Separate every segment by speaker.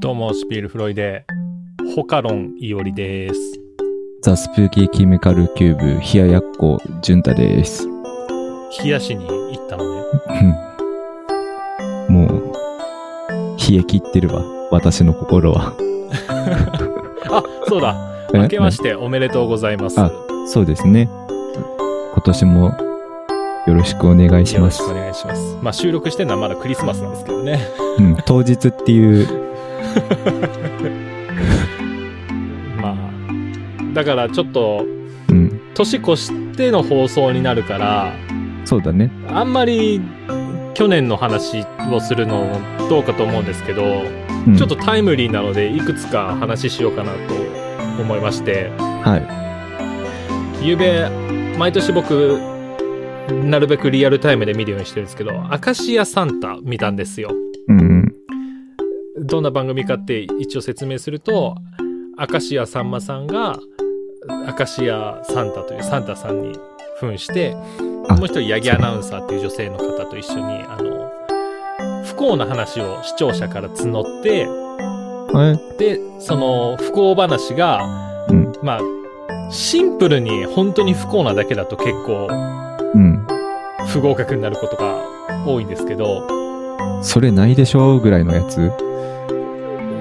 Speaker 1: どうも、シュピール・フロイデ。ホカロン・イオリです。
Speaker 2: ザ・スプーキー・キミカル・キューブ、冷ややっこ、じゅんたです。
Speaker 1: 冷やしに行ったのね。
Speaker 2: もう、冷え切ってるわ、私の心は。
Speaker 1: あ、そうだ。 明けましておめでとうございます。
Speaker 2: あて。そうですね。今年もよろしくお願いし
Speaker 1: よろ
Speaker 2: ま
Speaker 1: し
Speaker 2: す
Speaker 1: く。お願いします。まあ、収録してるのはまだクリスマスなんですけどね。
Speaker 2: うん、当日っていう、
Speaker 1: まあ、だからちょっと、
Speaker 2: うん、
Speaker 1: 年越しての放送になるから、
Speaker 2: そうだね。
Speaker 1: あんまり去年の話をするのどうかと思うんですけど、
Speaker 2: うん、
Speaker 1: ちょっと。タイムリーなので、いくつか話ししようかなと思いまして、
Speaker 2: はい。
Speaker 1: ゆうべ毎年僕なるべくリアルタイムで見るようにしてるんですけど「アカシアサンタ」見たんですよ
Speaker 2: うんうん、
Speaker 1: どんな番組かって一応説明するとアカシアさんまさんがアカシアサンタというサンタさんに扮して
Speaker 2: あ
Speaker 1: もう一人八木アナウンサーっていう女性の方と一緒にあの不幸な話を視聴者から募って
Speaker 2: え
Speaker 1: でその不幸話が
Speaker 2: うん、
Speaker 1: まあシンプルに本当に不幸なだけだと結構
Speaker 2: うん。
Speaker 1: 不合格になることが多いんですけど、
Speaker 2: それないでしょぐらいのやつ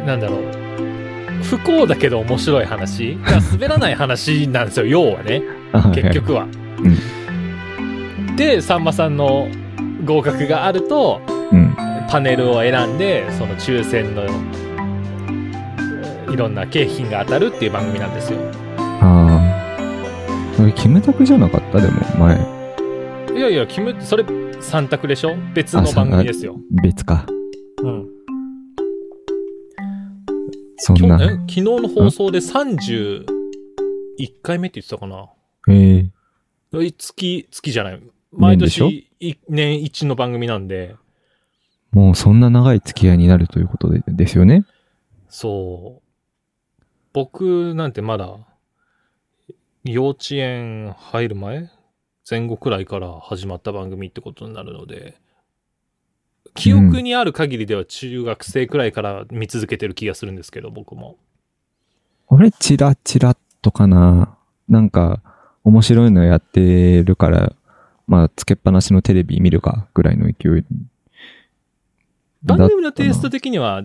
Speaker 1: なんだろう。不幸だけど面白い話が滑らない話なんですよ、要はね、結。局は。で、さんまさんの合格があると、
Speaker 2: うん、
Speaker 1: パネルを選んで、その抽選のいろんな景品が当たるっていう番組なんですよ。
Speaker 2: ああ。これキムタクじゃなかったでも、前。
Speaker 1: いやいや、キム、それ、三択でしょ別の番組ですよ。
Speaker 2: 別か。
Speaker 1: うん。
Speaker 2: そん
Speaker 1: 今
Speaker 2: な
Speaker 1: 日え。昨日の放送で31回目って言ってたかな
Speaker 2: えー
Speaker 1: 月、月じゃない。毎
Speaker 2: でしょ
Speaker 1: 年、い年一の番組なんで、
Speaker 2: もうそんな長い付き合いになるということでですよね。
Speaker 1: そう。僕なんてまだ、幼稚園入る前前後くらいから始まった番組ってことになるので、記憶にある限りでは中学生くらいから見続けてる気がするんですけど、僕も。
Speaker 2: あれ、チラチラっとかな。なんか、面白いのやってるから、まあ、つけっぱなしのテレビ見るか、ぐらいの勢い。だ
Speaker 1: 番組のテイスト的には、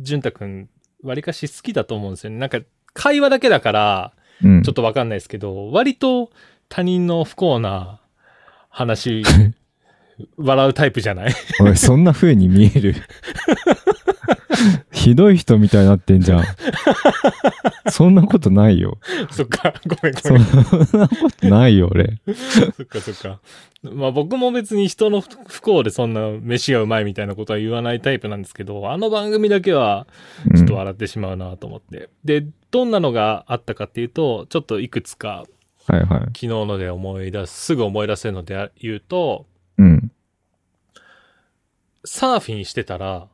Speaker 1: 潤太くん、わりかし好きだと思うんですよね。なんか、会話だけだから、
Speaker 2: うん
Speaker 1: ちょっ。とわかんないですけど、割と他人の不幸な 話、笑うタイプじゃない
Speaker 2: おい、そんな風に見える。ひどい人みたいになってんじゃん。そんなことないよ。
Speaker 1: そっか、ごめんご
Speaker 2: そ
Speaker 1: め
Speaker 2: ん
Speaker 1: ん。
Speaker 2: なことないよ、俺。
Speaker 1: そっかそっか。まあ僕も別に人の不幸でそんな飯がうまいみたいなことは言わないタイプなんですけど、あの番組だけは
Speaker 2: うん
Speaker 1: ちょっと笑ってしまうなと思って。で、どんなのがあったかっていうと、ちょっといくつか
Speaker 2: はいはい。
Speaker 1: 昨日ので思い出す、すぐ思い出せるので言うと、
Speaker 2: うん。
Speaker 1: サーフィンしてたら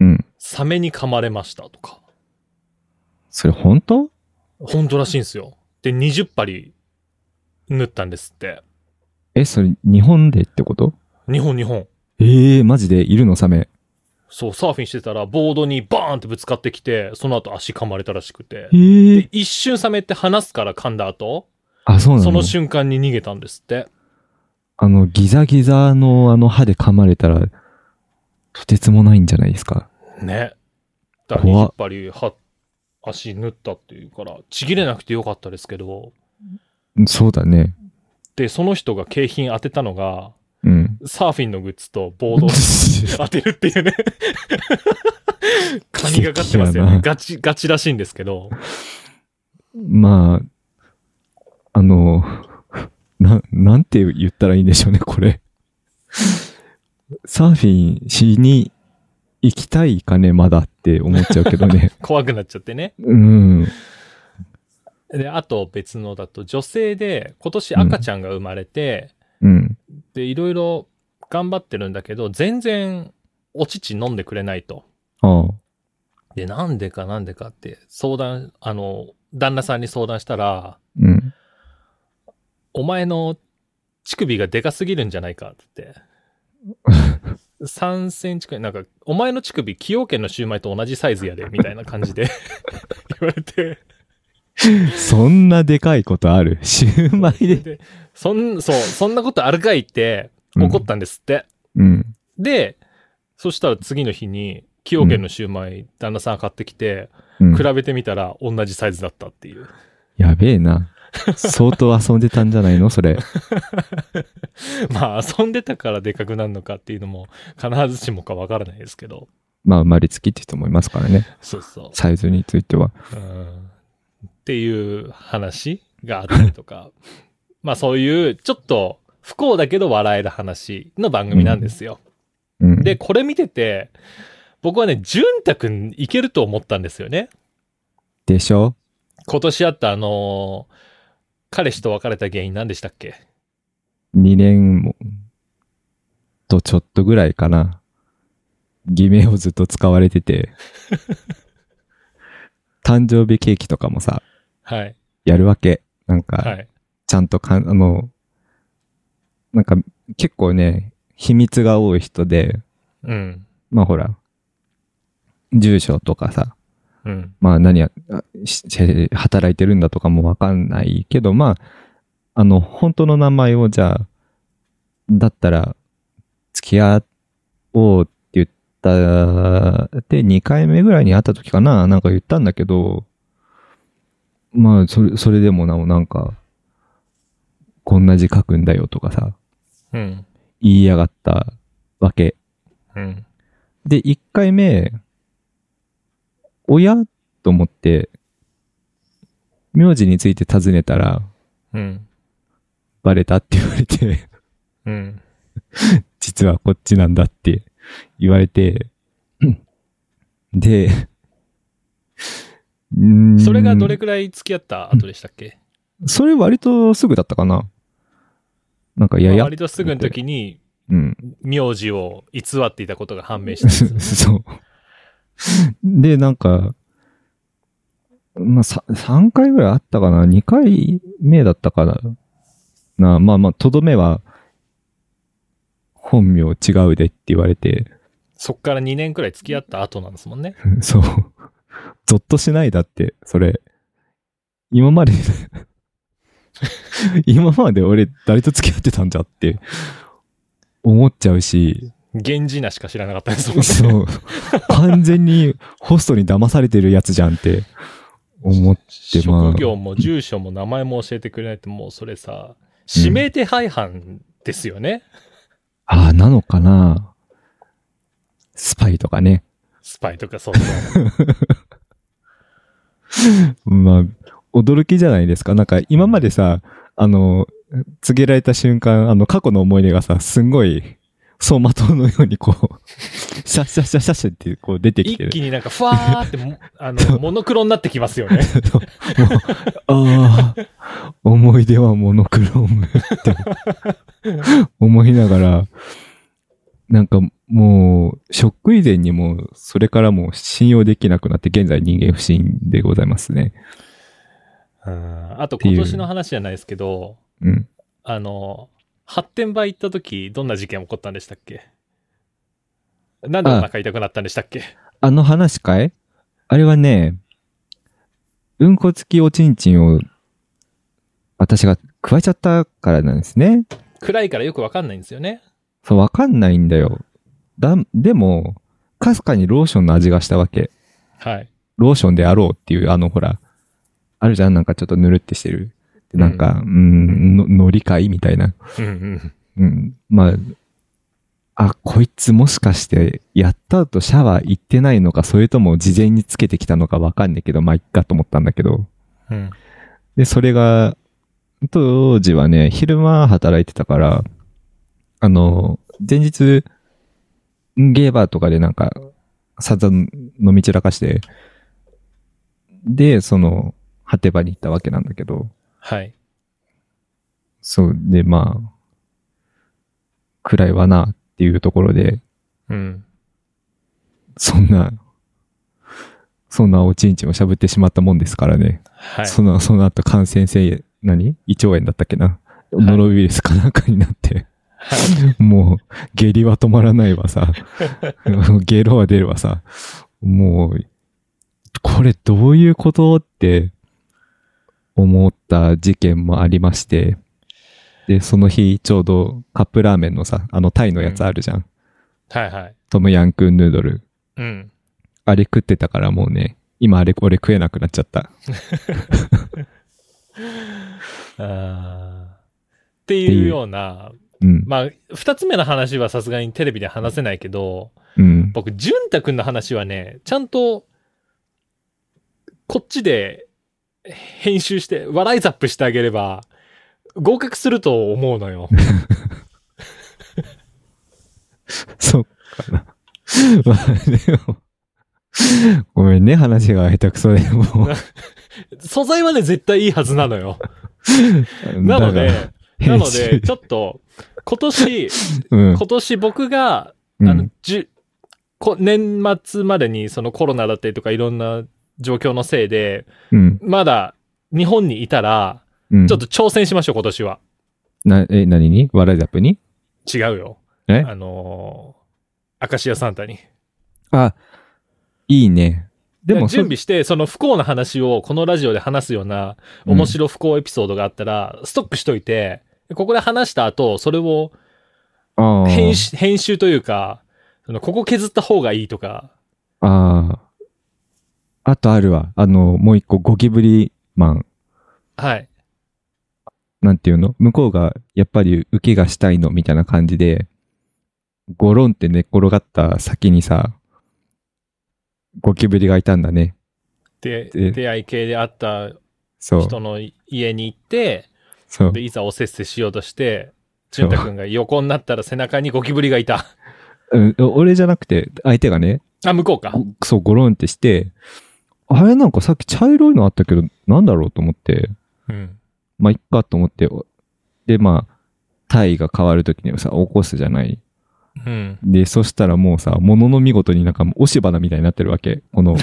Speaker 2: うん。
Speaker 1: サメに噛まれましたとか。
Speaker 2: それ本当
Speaker 1: 本当らしいんですよ。で、20針縫ったんですって。
Speaker 2: え、それ日本でってこと
Speaker 1: 日本日本。
Speaker 2: ええマジでいるのサメ。
Speaker 1: そう、サーフィンしてたらボードにバーンってぶつかってきて、その後足噛まれたらしくて。
Speaker 2: ええ
Speaker 1: で、一瞬サメって離すから噛んだ後、
Speaker 2: あ、そうな
Speaker 1: そ
Speaker 2: の
Speaker 1: の瞬間に逃げたんですって。
Speaker 2: あの、ギザギザのあの歯で噛まれたら、とてつもないんじゃないですか。
Speaker 1: ね。だから
Speaker 2: 怖
Speaker 1: 20
Speaker 2: っ
Speaker 1: 針は、足縫ったっていうから、ちぎれなくてよかったですけど、
Speaker 2: うんそうだね。
Speaker 1: で、その人が景品当てたのが、
Speaker 2: うん。
Speaker 1: サーフィンのグッズとボー ドを当てるっていうね。神がかってますよ
Speaker 2: 奇跡や
Speaker 1: ね
Speaker 2: な。
Speaker 1: ガチ、ガチらしいんですけど。
Speaker 2: まあ、あの、な、なんて言ったらいいんでしょうね、これ。サーフィンしに行きたいかね、まだって思っちゃうけ どね。
Speaker 1: 怖くなっちゃってね。
Speaker 2: うん。
Speaker 1: で、あと別のだと女性で今年赤ちゃんが生まれて、
Speaker 2: うん。
Speaker 1: で、いろいろ頑張ってるんだけど、全然お乳飲んでくれないと。
Speaker 2: ああ。
Speaker 1: で、なんでかなんでかって相談、あの、旦那さんに相談したら、
Speaker 2: うん。
Speaker 1: お前の乳首がでかすぎるんじゃないかって言って。 3センチくらい、なんか、お前の乳首、崎陽軒のシューマイと同じサイズやで、みたいな感じ で言われて、
Speaker 2: そんなでかいこと ある。シューマイで。
Speaker 1: で、そん、そう、そんなことあるかいって
Speaker 2: うん
Speaker 1: 怒ったんですって。
Speaker 2: うん。
Speaker 1: で、そしたら次の日に、崎陽軒のシューマイ、旦那さんが買ってきて、
Speaker 2: うん
Speaker 1: 比、べてみたら同じサイズだったっていう。
Speaker 2: やべえな。相当遊んでたんじゃないのそれ。
Speaker 1: まあ、遊んでたからでかくなるのかっていうのも、必ずしもかわからないですけど。
Speaker 2: まあ、生まれつきって人もいますからね。
Speaker 1: そうそう。
Speaker 2: サイズについては。
Speaker 1: うんっていう話があったりと か、まあそういうちょっと不幸だけど笑える話の番組なんですよ。
Speaker 2: うん。
Speaker 1: で、、これ見てて、僕はね、潤太くんいけると思ったんですよね。
Speaker 2: でしょ
Speaker 1: 今年あったあのー彼氏と別れた原因何でしたっけ
Speaker 2: ?2 年も、とちょっとぐらいかな。偽名をずっと使われてて。 誕生日ケーキとかもさ、
Speaker 1: はい。
Speaker 2: やるわけ。なんか、
Speaker 1: はい。
Speaker 2: ちゃんとかん、あの、なんか結構ね、秘密が多い人で、
Speaker 1: うん。
Speaker 2: まあほら、住所とかさ、
Speaker 1: うん。
Speaker 2: まあ何や、あし し働いてるんだとかもわかんないけど、まあ、あの、本当の名前をじゃあ、だったら、付き合おうって言った、で、2回目ぐらいに会った時かな、なんか言ったんだけど、まあ、それ、それでもなおなんか、こんな字書くんだよとかさ、
Speaker 1: うん。
Speaker 2: 言いやがったわけ。
Speaker 1: うん。
Speaker 2: で、一回目、親と思って、名字について尋ねたら、
Speaker 1: うん。
Speaker 2: バレたって言われて、
Speaker 1: うん。
Speaker 2: 実はこっちなんだって言われて、で、うーん
Speaker 1: それがどれくらい付き合った後でしたっけ、
Speaker 2: それ割とすぐだったかななんか、や
Speaker 1: まあ
Speaker 2: や、
Speaker 1: 割とすぐの時に
Speaker 2: うん。
Speaker 1: 名字を偽っていたことが判明したんですよね
Speaker 2: そう。で、なんか、まあ、さ3回ぐらいあったかな ?2 回目だったかななまあまあ、とどめは、本名違うでって言われて、
Speaker 1: そっから2年くらい付き合った後なんですもんね。
Speaker 2: そう。ゾッとしないだって、それ。今まで、今まで俺誰と付き合ってたんじゃって思っちゃうし、
Speaker 1: 源氏名しか知らなかったですもんね。
Speaker 2: そう。完全にホストに騙されてるやつじゃんって思っでまあ
Speaker 1: 職業も住所も名前も教えてくれないって、もうそれさ、指名手配犯ですよね。
Speaker 2: ああ、なのかなスパイとかね。
Speaker 1: スパイとかそうそう。
Speaker 2: まあ、驚きじゃないですか。なんか今までさ、あの、告げられた瞬間、あの、過去の思い出がさ、すんごい、走馬灯のようにこう、シャッシャッシャッシャッシャッってこう出てき
Speaker 1: 一
Speaker 2: てる。
Speaker 1: 気になんか、ふわー っても、あの、モノクロになってきます よね。
Speaker 2: そう もうああ、思い出はモノクロームって思いながら、なんかもう、ショック以前にもう、それからもう信用できなくなって、現在人間不信でございますね。
Speaker 1: うんあと、今年の話じゃないですけど、
Speaker 2: うん。
Speaker 1: あの、発展場行った時、どんな事件起こったんでしたっけなんでお腹痛くなったんでしたっけ
Speaker 2: あの話かいあれはね、うんこ付きおちんちんを、私が加えちゃったからなんですね。
Speaker 1: 暗いからよくわかんないんですよね。
Speaker 2: そう、わかんないんだよ。だ、でも、かすかにローションの味がしたわけ。
Speaker 1: はい。
Speaker 2: ローションであろうっていう、あの、ほら、あるじゃんなんかちょっとぬるってしてる。でなんか、うーん、の、のりかいみたいな。
Speaker 1: うんうん。
Speaker 2: うん。まあ、あ、こいつもしかして、やった後シャワー行ってないのか、それとも事前につけてきたのかわかんないけど、まあ、いっかと思ったんだけど。
Speaker 1: うん。
Speaker 2: で、それが、当時はね、昼間働いてたから、あの、前日、ゲーバーとかでなんか、散々飲み散らかして、で、その、果て場に行ったわけなんだけど、
Speaker 1: はい。
Speaker 2: そう、で、まあ、暗いわな、っていうところで、
Speaker 1: うん。
Speaker 2: そんな、そんなおちんちんをしゃぶってしまったもんですからね。
Speaker 1: はい。
Speaker 2: その、その後感染性、何胃腸炎だったっけな、
Speaker 1: い
Speaker 2: ノロウイルスかなんかになって、もう、下痢は止まらない わさ。下痢は出るわさ。もう、これどういうことって思った事件もありまして。で、その日、ちょうどカップラーメンのさ、あのタイのやつあるじゃん。
Speaker 1: はいはい。
Speaker 2: トムヤンクンヌードル。
Speaker 1: うん。
Speaker 2: あれ食ってたからもうね、今あれ、俺食えなくなっちゃった。
Speaker 1: あーっていうような、
Speaker 2: うん。
Speaker 1: まあ、二つ目の話はさすがにテレビで話せないけど、
Speaker 2: うん。
Speaker 1: 僕、淳太くんの話はね、ちゃんと、こっちで編集して、笑いザップしてあげれば、合格すると思うの よ。
Speaker 2: そうかな。まあ、でも、ごめんね、話が下手くそでもう。
Speaker 1: 素材はね、絶対いいはずなのよ。なの
Speaker 2: だから
Speaker 1: で、、な
Speaker 2: 編
Speaker 1: の
Speaker 2: 集
Speaker 1: で、ちょっと、今年、
Speaker 2: うん
Speaker 1: 今年僕が、
Speaker 2: うん
Speaker 1: あの、じゅ、こ年末までにそのコロナだったりとかいろんな状況のせいで、
Speaker 2: うん、
Speaker 1: まだ日本にいたら、
Speaker 2: うん。
Speaker 1: ちょっと挑戦しましょう、今年は。
Speaker 2: な、え、何に笑いザップに
Speaker 1: 違うよ。
Speaker 2: え
Speaker 1: あのー、アカシアサンタに。
Speaker 2: あ、いいね。でも、
Speaker 1: 準備して、その不幸な話をこのラジオで話すような面白不幸エピソードがあったら、ストックしといて、ここで話した後、それを
Speaker 2: ああー。
Speaker 1: 編集編集というか、そのここ削った方がいいとか、
Speaker 2: ああ。あとあるわ。あの、もう一個、ゴキブリマン。
Speaker 1: はい。
Speaker 2: なんていうの向こうが、やっぱり受けがしたいの、みたいな感じで、ゴロンって寝っ転がった先にさ、ゴキブリがいたんだね。
Speaker 1: で、
Speaker 2: で
Speaker 1: 出会い系であった
Speaker 2: そう。
Speaker 1: 人の家に行って、
Speaker 2: そう
Speaker 1: で、。いざおせっせしようとして、淳太くんが横になったら背中にゴキブリがいた。
Speaker 2: うん俺じゃなくて、相手がね、
Speaker 1: あ、向こうか。
Speaker 2: ごそう、ゴロンってして、あれなんかさっき茶色いのあったけど、なんだろうと思って、
Speaker 1: うん。
Speaker 2: まあ、いっかと思って、おで、まあ、体位が変わるときにさ、起こすじゃない。
Speaker 1: うん。
Speaker 2: で、そしたらもうさ、ものの見事になんかもう押し花みたいになってるわけ。この、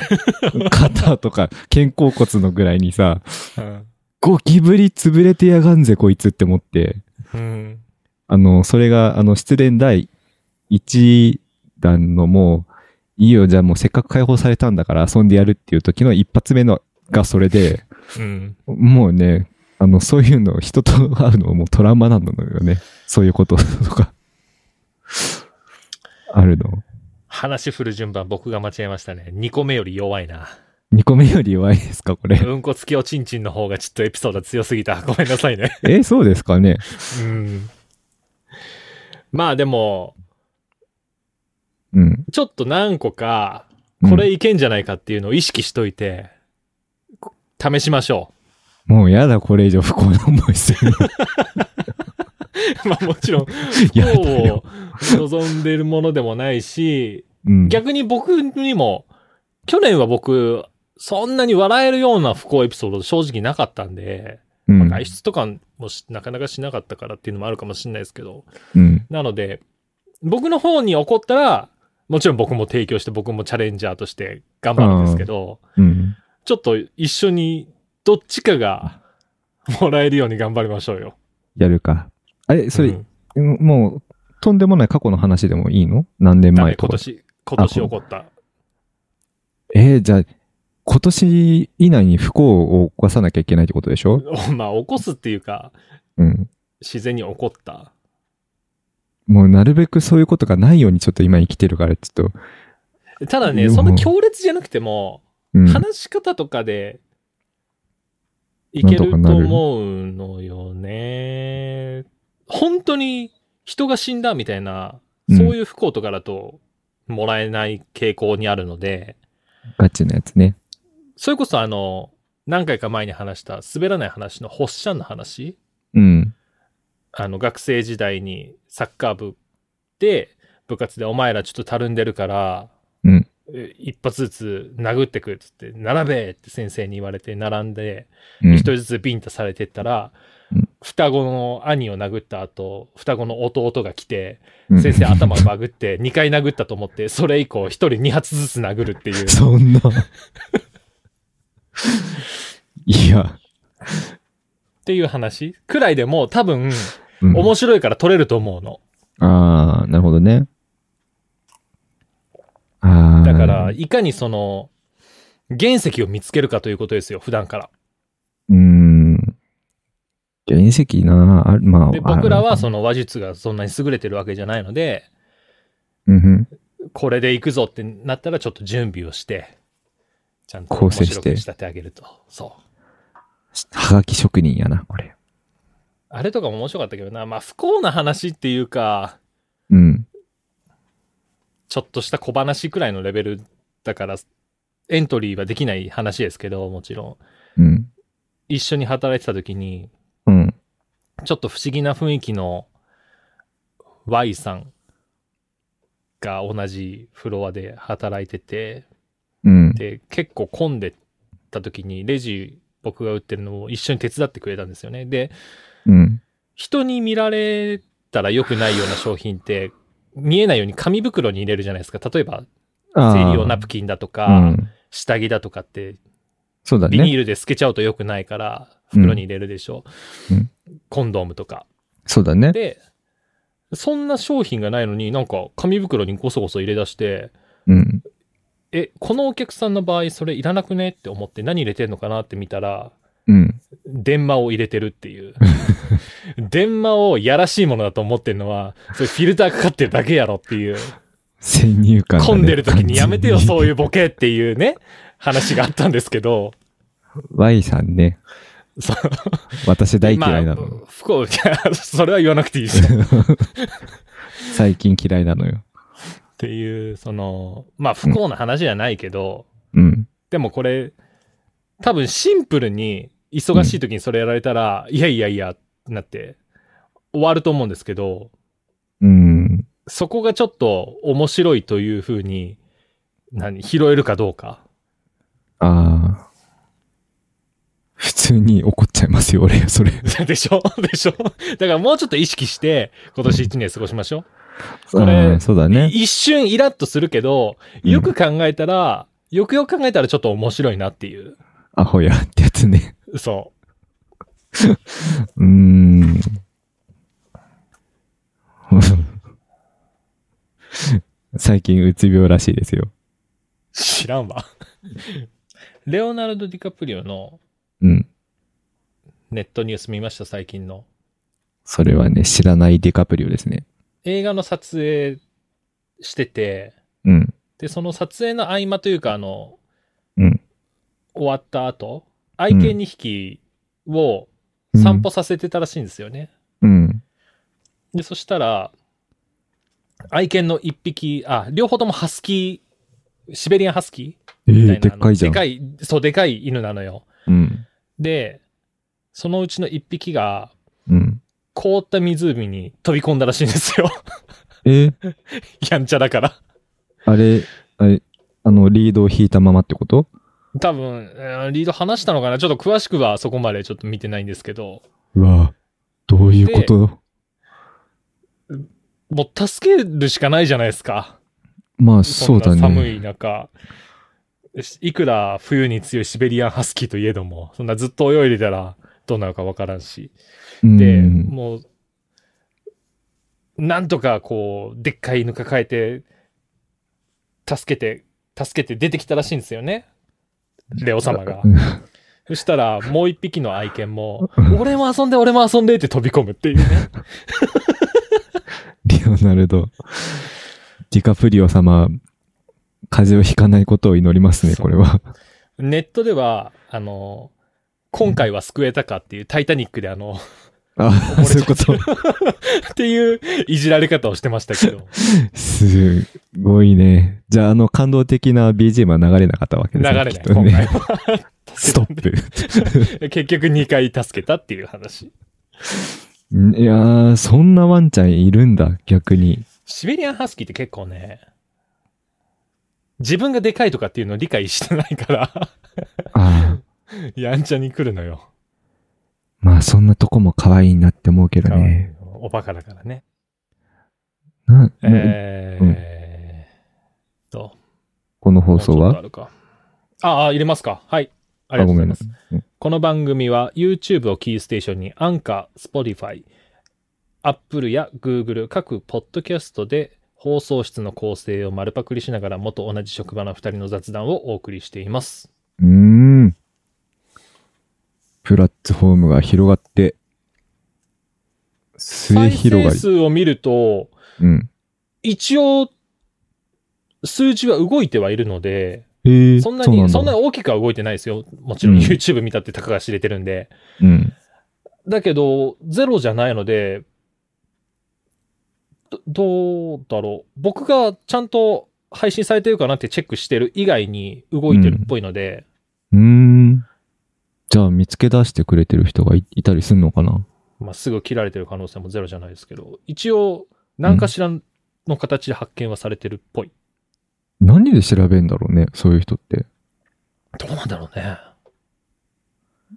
Speaker 2: 肩とか肩甲骨のぐらいにさ、
Speaker 1: うん。
Speaker 2: ゴキブリ潰れてやがんぜ、こいつって思って。
Speaker 1: うん。
Speaker 2: あの、それが、あの、失恋第1弾のもう、いいよ、じゃあもうせっかく解放されたんだから遊んでやるっていう時の一発目のがそれで、
Speaker 1: うん。
Speaker 2: もうね、あの、そういうの、人と会うのはもうトラウマなのよね。そういうこととか、あるの。
Speaker 1: 話振る順番僕が間違えましたね。2個目より弱いな。
Speaker 2: 2個目より弱いですか、これ。
Speaker 1: うんこつきおちんちんの方がちょっとエピソード強すぎた。 ごめんなさいね。
Speaker 2: え、そうですかね。
Speaker 1: うん。まあでも、
Speaker 2: うん。
Speaker 1: ちょっと何個か、
Speaker 2: うん
Speaker 1: これいけんじゃないかっていうのを意識しといて、こ試しましょ
Speaker 2: もうやだ、これ以上不幸な思いす るの。
Speaker 1: う。 まあもちろん、
Speaker 2: や
Speaker 1: 不
Speaker 2: だ
Speaker 1: 幸
Speaker 2: よ
Speaker 1: を。望んでるものでもないし、
Speaker 2: うん。
Speaker 1: 逆に僕にも、去年は僕、そんなに笑えるような不幸エピソード正直なかったんで、
Speaker 2: うん。
Speaker 1: 外出とかもしなかなかしなかったからっていうのもあるかもしれないですけど、
Speaker 2: うん。
Speaker 1: なので、僕の方に起こったら、もちろん僕も提供して僕もチャレンジャーとして頑張るんですけど、
Speaker 2: うん。
Speaker 1: ちょっと一緒にどっちかがもらえるように頑張りましょうよ。
Speaker 2: やるか。あれ、それ、
Speaker 1: うん
Speaker 2: うんもう、とんでもない過去の話でもいいの何年
Speaker 1: ダメ
Speaker 2: 前
Speaker 1: 今
Speaker 2: とか。
Speaker 1: 年、今年起こった。
Speaker 2: えーじゃあ、今年以内に不幸を起こさなきゃいけないってことでしょ
Speaker 1: まあ、起こすっていうか、
Speaker 2: うん。
Speaker 1: 自然に起こった。
Speaker 2: もう、なるべくそういうことがないようにちょっと今生きてるから、ちょっと、
Speaker 1: ただ
Speaker 2: い
Speaker 1: ね、
Speaker 2: や
Speaker 1: そんな強烈じゃなくても、
Speaker 2: うん。
Speaker 1: 話し方とかでいけると思うのよね。本当に人が死んだみたいな、
Speaker 2: うん
Speaker 1: そういう不幸とかだともらえない傾向にあるので、
Speaker 2: ガチなやつね。
Speaker 1: それこそあの、何回か前に話した滑らない話のホッシャンの話、
Speaker 2: うん。
Speaker 1: あの学生時代にサッカー部で部活でお前らちょっとたるんでるから、
Speaker 2: うん
Speaker 1: え一発ずつ殴ってくっつって、並べって先生に言われて並んで、
Speaker 2: うん
Speaker 1: 一人ずつビンタされてったら、
Speaker 2: うん
Speaker 1: 双子の兄を殴った後、双子の弟が来て、
Speaker 2: うん。
Speaker 1: 先生頭バグって2回殴ったと思って、それ以降1人2発ずつ殴るっていう
Speaker 2: そんな。 いや、
Speaker 1: っていう話くらいでもう多分
Speaker 2: うん
Speaker 1: 面白いから取れると思うの。
Speaker 2: ああ、なるほどね。ああ。
Speaker 1: だから、、いかにその、原石を見つけるかということですよ、普段から。
Speaker 2: うん。原石な、あまあ。
Speaker 1: で、僕ら
Speaker 2: あ
Speaker 1: はその話術がそんなに優れてるわけじゃないので、
Speaker 2: うんうん。
Speaker 1: これで行くぞってなったらちょっと準備をして、ちゃんと
Speaker 2: 構
Speaker 1: 面
Speaker 2: 成して
Speaker 1: 白く仕立て上げると。そう。
Speaker 2: はがき職人やな、これ。
Speaker 1: あれとかも面白かったけどな、まあ不幸な話っていうか、
Speaker 2: うん。
Speaker 1: ちょっとした小話くらいのレベルだから、エントリーはできない話ですけど、もちろん。
Speaker 2: うん。
Speaker 1: 一緒に働いてた時に、
Speaker 2: うん。
Speaker 1: ちょっと不思議な雰囲気の Y さんが同じフロアで働いてて、
Speaker 2: うん。
Speaker 1: で、結構混んでた時にレジ僕が売ってるのを一緒に手伝ってくれたんですよね。で、
Speaker 2: うん。
Speaker 1: 人に見られたら良くないような商品って、見えないように紙袋に入れるじゃないですか。例えば、
Speaker 2: あー
Speaker 1: 生理用ナプキンだとか、
Speaker 2: うん。
Speaker 1: 下着だとかって
Speaker 2: そうだ
Speaker 1: ビニ
Speaker 2: ね。
Speaker 1: ールで透けちゃうと良くないから、袋に入れるでしょ。
Speaker 2: うんうん
Speaker 1: コンドームとか。
Speaker 2: そうだね。
Speaker 1: で、そんな商品がないのになんか紙袋にごそごそ入れ出して、
Speaker 2: うん。
Speaker 1: え、このお客さんの場合それいらなくねって思って何入れてんのかなって見たら、
Speaker 2: うん。
Speaker 1: 電話を入れてるっていう。電話をやらしいものだと思ってんのは、それフィルターかかってるだけやろって いう。
Speaker 2: 先入観がね。
Speaker 1: 混んでる時にやめてよ、
Speaker 2: 完
Speaker 1: そういうボケっていうね、話があったんですけ ど。
Speaker 2: 全に Y さんね。
Speaker 1: そう
Speaker 2: 私大嫌いな
Speaker 1: ま
Speaker 2: の。
Speaker 1: あ不幸、い やそれは言わなくていいですよ。
Speaker 2: 最近嫌いなのよ。
Speaker 1: っていう、その、まあ不幸な話じゃないけど、
Speaker 2: うん。
Speaker 1: でもこれ、多分シンプルに、忙しい時にそれやられたら、いやいやいや、なって、終わると思うんですけど、
Speaker 2: うん。
Speaker 1: そこがちょっと面白いというふうに、何、拾えるかどうか。
Speaker 2: ああ。普通に怒っちゃいますよ、俺、それ。
Speaker 1: でしょ でしょだからもうちょっと意識して、今年1年過ごしましょ
Speaker 2: そ
Speaker 1: れ
Speaker 2: そうだ
Speaker 1: う。
Speaker 2: ね。
Speaker 1: 一瞬イラッとするけど、よく考えたら、よくよく考えたらちょっと面白いなっていう。
Speaker 2: アホやってやつね。
Speaker 1: そう
Speaker 2: ーん。 最近、うつ病らしいですよ。
Speaker 1: う。知らんわ。 レオナルド・ディカプリオの
Speaker 2: うん。
Speaker 1: ネットニュース見ました、最近の。
Speaker 2: それはね、知らないディカプリオですね。
Speaker 1: 映画の撮影してて、
Speaker 2: うん。
Speaker 1: で、その撮影の合間というか、あの、
Speaker 2: うん。
Speaker 1: 終わった後、愛犬2匹を散歩させてたらしいんですよね。
Speaker 2: うん。
Speaker 1: で、そしたら、愛犬の1匹、あ、両方ともハスキー、シベリアンハスキー
Speaker 2: ええ
Speaker 1: みたいな。
Speaker 2: でっかいじゃん。
Speaker 1: でかい、そう、でかい犬なのよ。
Speaker 2: うん。
Speaker 1: で、そのうちの1匹が、
Speaker 2: うん。
Speaker 1: 凍った湖に飛び込んだらしいんですよ。
Speaker 2: え
Speaker 1: やんちゃだから。
Speaker 2: あれ、あれ、あの、リードを引いたままってこと
Speaker 1: 多分、えーリード話したのかなちょっと詳しくはそこまでちょっと見てないんですけど、
Speaker 2: うわどういうこと
Speaker 1: もう助けるしかないじゃないですか。
Speaker 2: まあ、
Speaker 1: そ
Speaker 2: そ
Speaker 1: ん
Speaker 2: うだ
Speaker 1: な
Speaker 2: ね。
Speaker 1: 寒い中。しいくら冬に強いシベリアンハスキーといえども、そんなずっと泳いでたらどうなるかわからんし。
Speaker 2: うん
Speaker 1: で、もう、なんとかこう、でっかい犬抱えて、助けて、助けて出てきたらしいんですよね。レオ様が。そしたら、もう一匹の愛犬も、俺も遊んで、俺も遊んでって飛び込むっていうね。
Speaker 2: リオナルド、ディカプリオ様、風邪をひかないことを祈りますね、
Speaker 1: そう
Speaker 2: これは。
Speaker 1: ネットでは、あの、今回は救えたかっていう、タイタニックであの、
Speaker 2: あ、 そういうこと。
Speaker 1: っていういじられ方をしてました けど、
Speaker 2: すごいね。じゃあ、あの、感動的な BGM は流れなかったわけ
Speaker 1: 流
Speaker 2: で
Speaker 1: れな
Speaker 2: す
Speaker 1: い、
Speaker 2: きっと
Speaker 1: 今回
Speaker 2: ね。
Speaker 1: は。
Speaker 2: ストップ。
Speaker 1: 結局2回助けたっていう話。
Speaker 2: いやー、そんなワンちゃんいるんだ、逆に。
Speaker 1: シベリアンハスキーって結構ね、自分がでかいとかっていうのを理解してないから、
Speaker 2: ああ、
Speaker 1: やんちゃに来るのよ。
Speaker 2: まあ、そんなとこも可愛いなって思うけどね。
Speaker 1: おバカだからね。
Speaker 2: な、
Speaker 1: えーえーと、
Speaker 2: この放送
Speaker 1: もうちょっと
Speaker 2: は
Speaker 1: あるかああ、入れますか。はい。あ
Speaker 2: あ
Speaker 1: りがとうございます。
Speaker 2: ごめんなさい。
Speaker 1: この番組は YouTube をキーステーションにアンカー、Spotify、 Apple や Google 各ポッドキャストで放送室の構成を丸パクリしながら元同じ職場の2人の雑談をお送りしています。
Speaker 2: うーん。プラットフォームが広がって、末
Speaker 1: 再
Speaker 2: 広
Speaker 1: 生
Speaker 2: がり。
Speaker 1: 数を見ると、
Speaker 2: うん。
Speaker 1: 一応数字は動いてはいるので、
Speaker 2: えー
Speaker 1: そんなに、そんな
Speaker 2: だ
Speaker 1: 大きくは動いてないですよ。もちろん
Speaker 2: うん
Speaker 1: YouTube 見たってたかが知れてるんで。
Speaker 2: うん。
Speaker 1: だけど、ゼロじゃないので、どどうだろう。僕がちゃんと配信されてるかなってチェックしてる以外に動いてるっぽいので、
Speaker 2: うーん。じゃあ見つけ出してくれてる人がいいたりすんのかな
Speaker 1: まあ、すぐ切られてる可能性もゼロじゃないですけど、一応、何かしらの形で発見はされてるっぽい。
Speaker 2: 何で調べんだろうね、そういう人って。
Speaker 1: どうなんだろうね。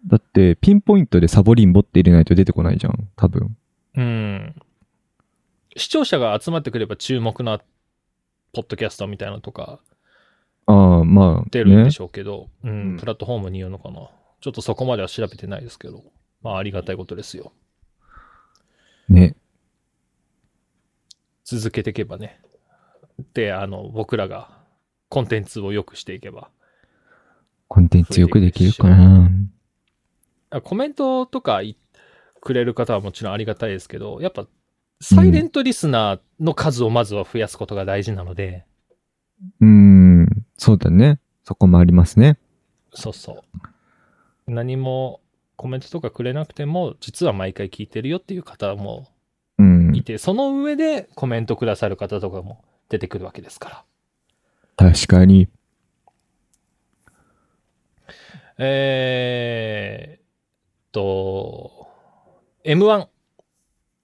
Speaker 2: だって、ピンポイントでサボリンボって入れないと出てこないじゃん、多分。
Speaker 1: うん。視聴者が集まってくれば注目なポッドキャストみたいなのとか
Speaker 2: ああ、まあ、
Speaker 1: 出るんで
Speaker 2: ね。
Speaker 1: しょうけど、うん、
Speaker 2: うん
Speaker 1: プラットフォームによるのかな。ちょっとそこまでは調べてないですけど、まあありがたいことですよ。
Speaker 2: ね。
Speaker 1: 続けていけばね。で、あの、僕らがコンテンツを良くしていけば。
Speaker 2: コンテンツよくできるか
Speaker 1: 増
Speaker 2: な。
Speaker 1: あコメントとかいくれる方はもちろんありがたいですけど、やっぱ、サイレントリスナーの数をまずは増やすことが大事なので、
Speaker 2: うーん、そうだね。そこもありますね。
Speaker 1: そうそう。何もコメントとかくれなくても、実は毎回聞いてるよっていう方も
Speaker 2: うん。
Speaker 1: いて、その上でコメントくださる方とかも出てくるわけですから。
Speaker 2: 確かに。
Speaker 1: えーっと、M1。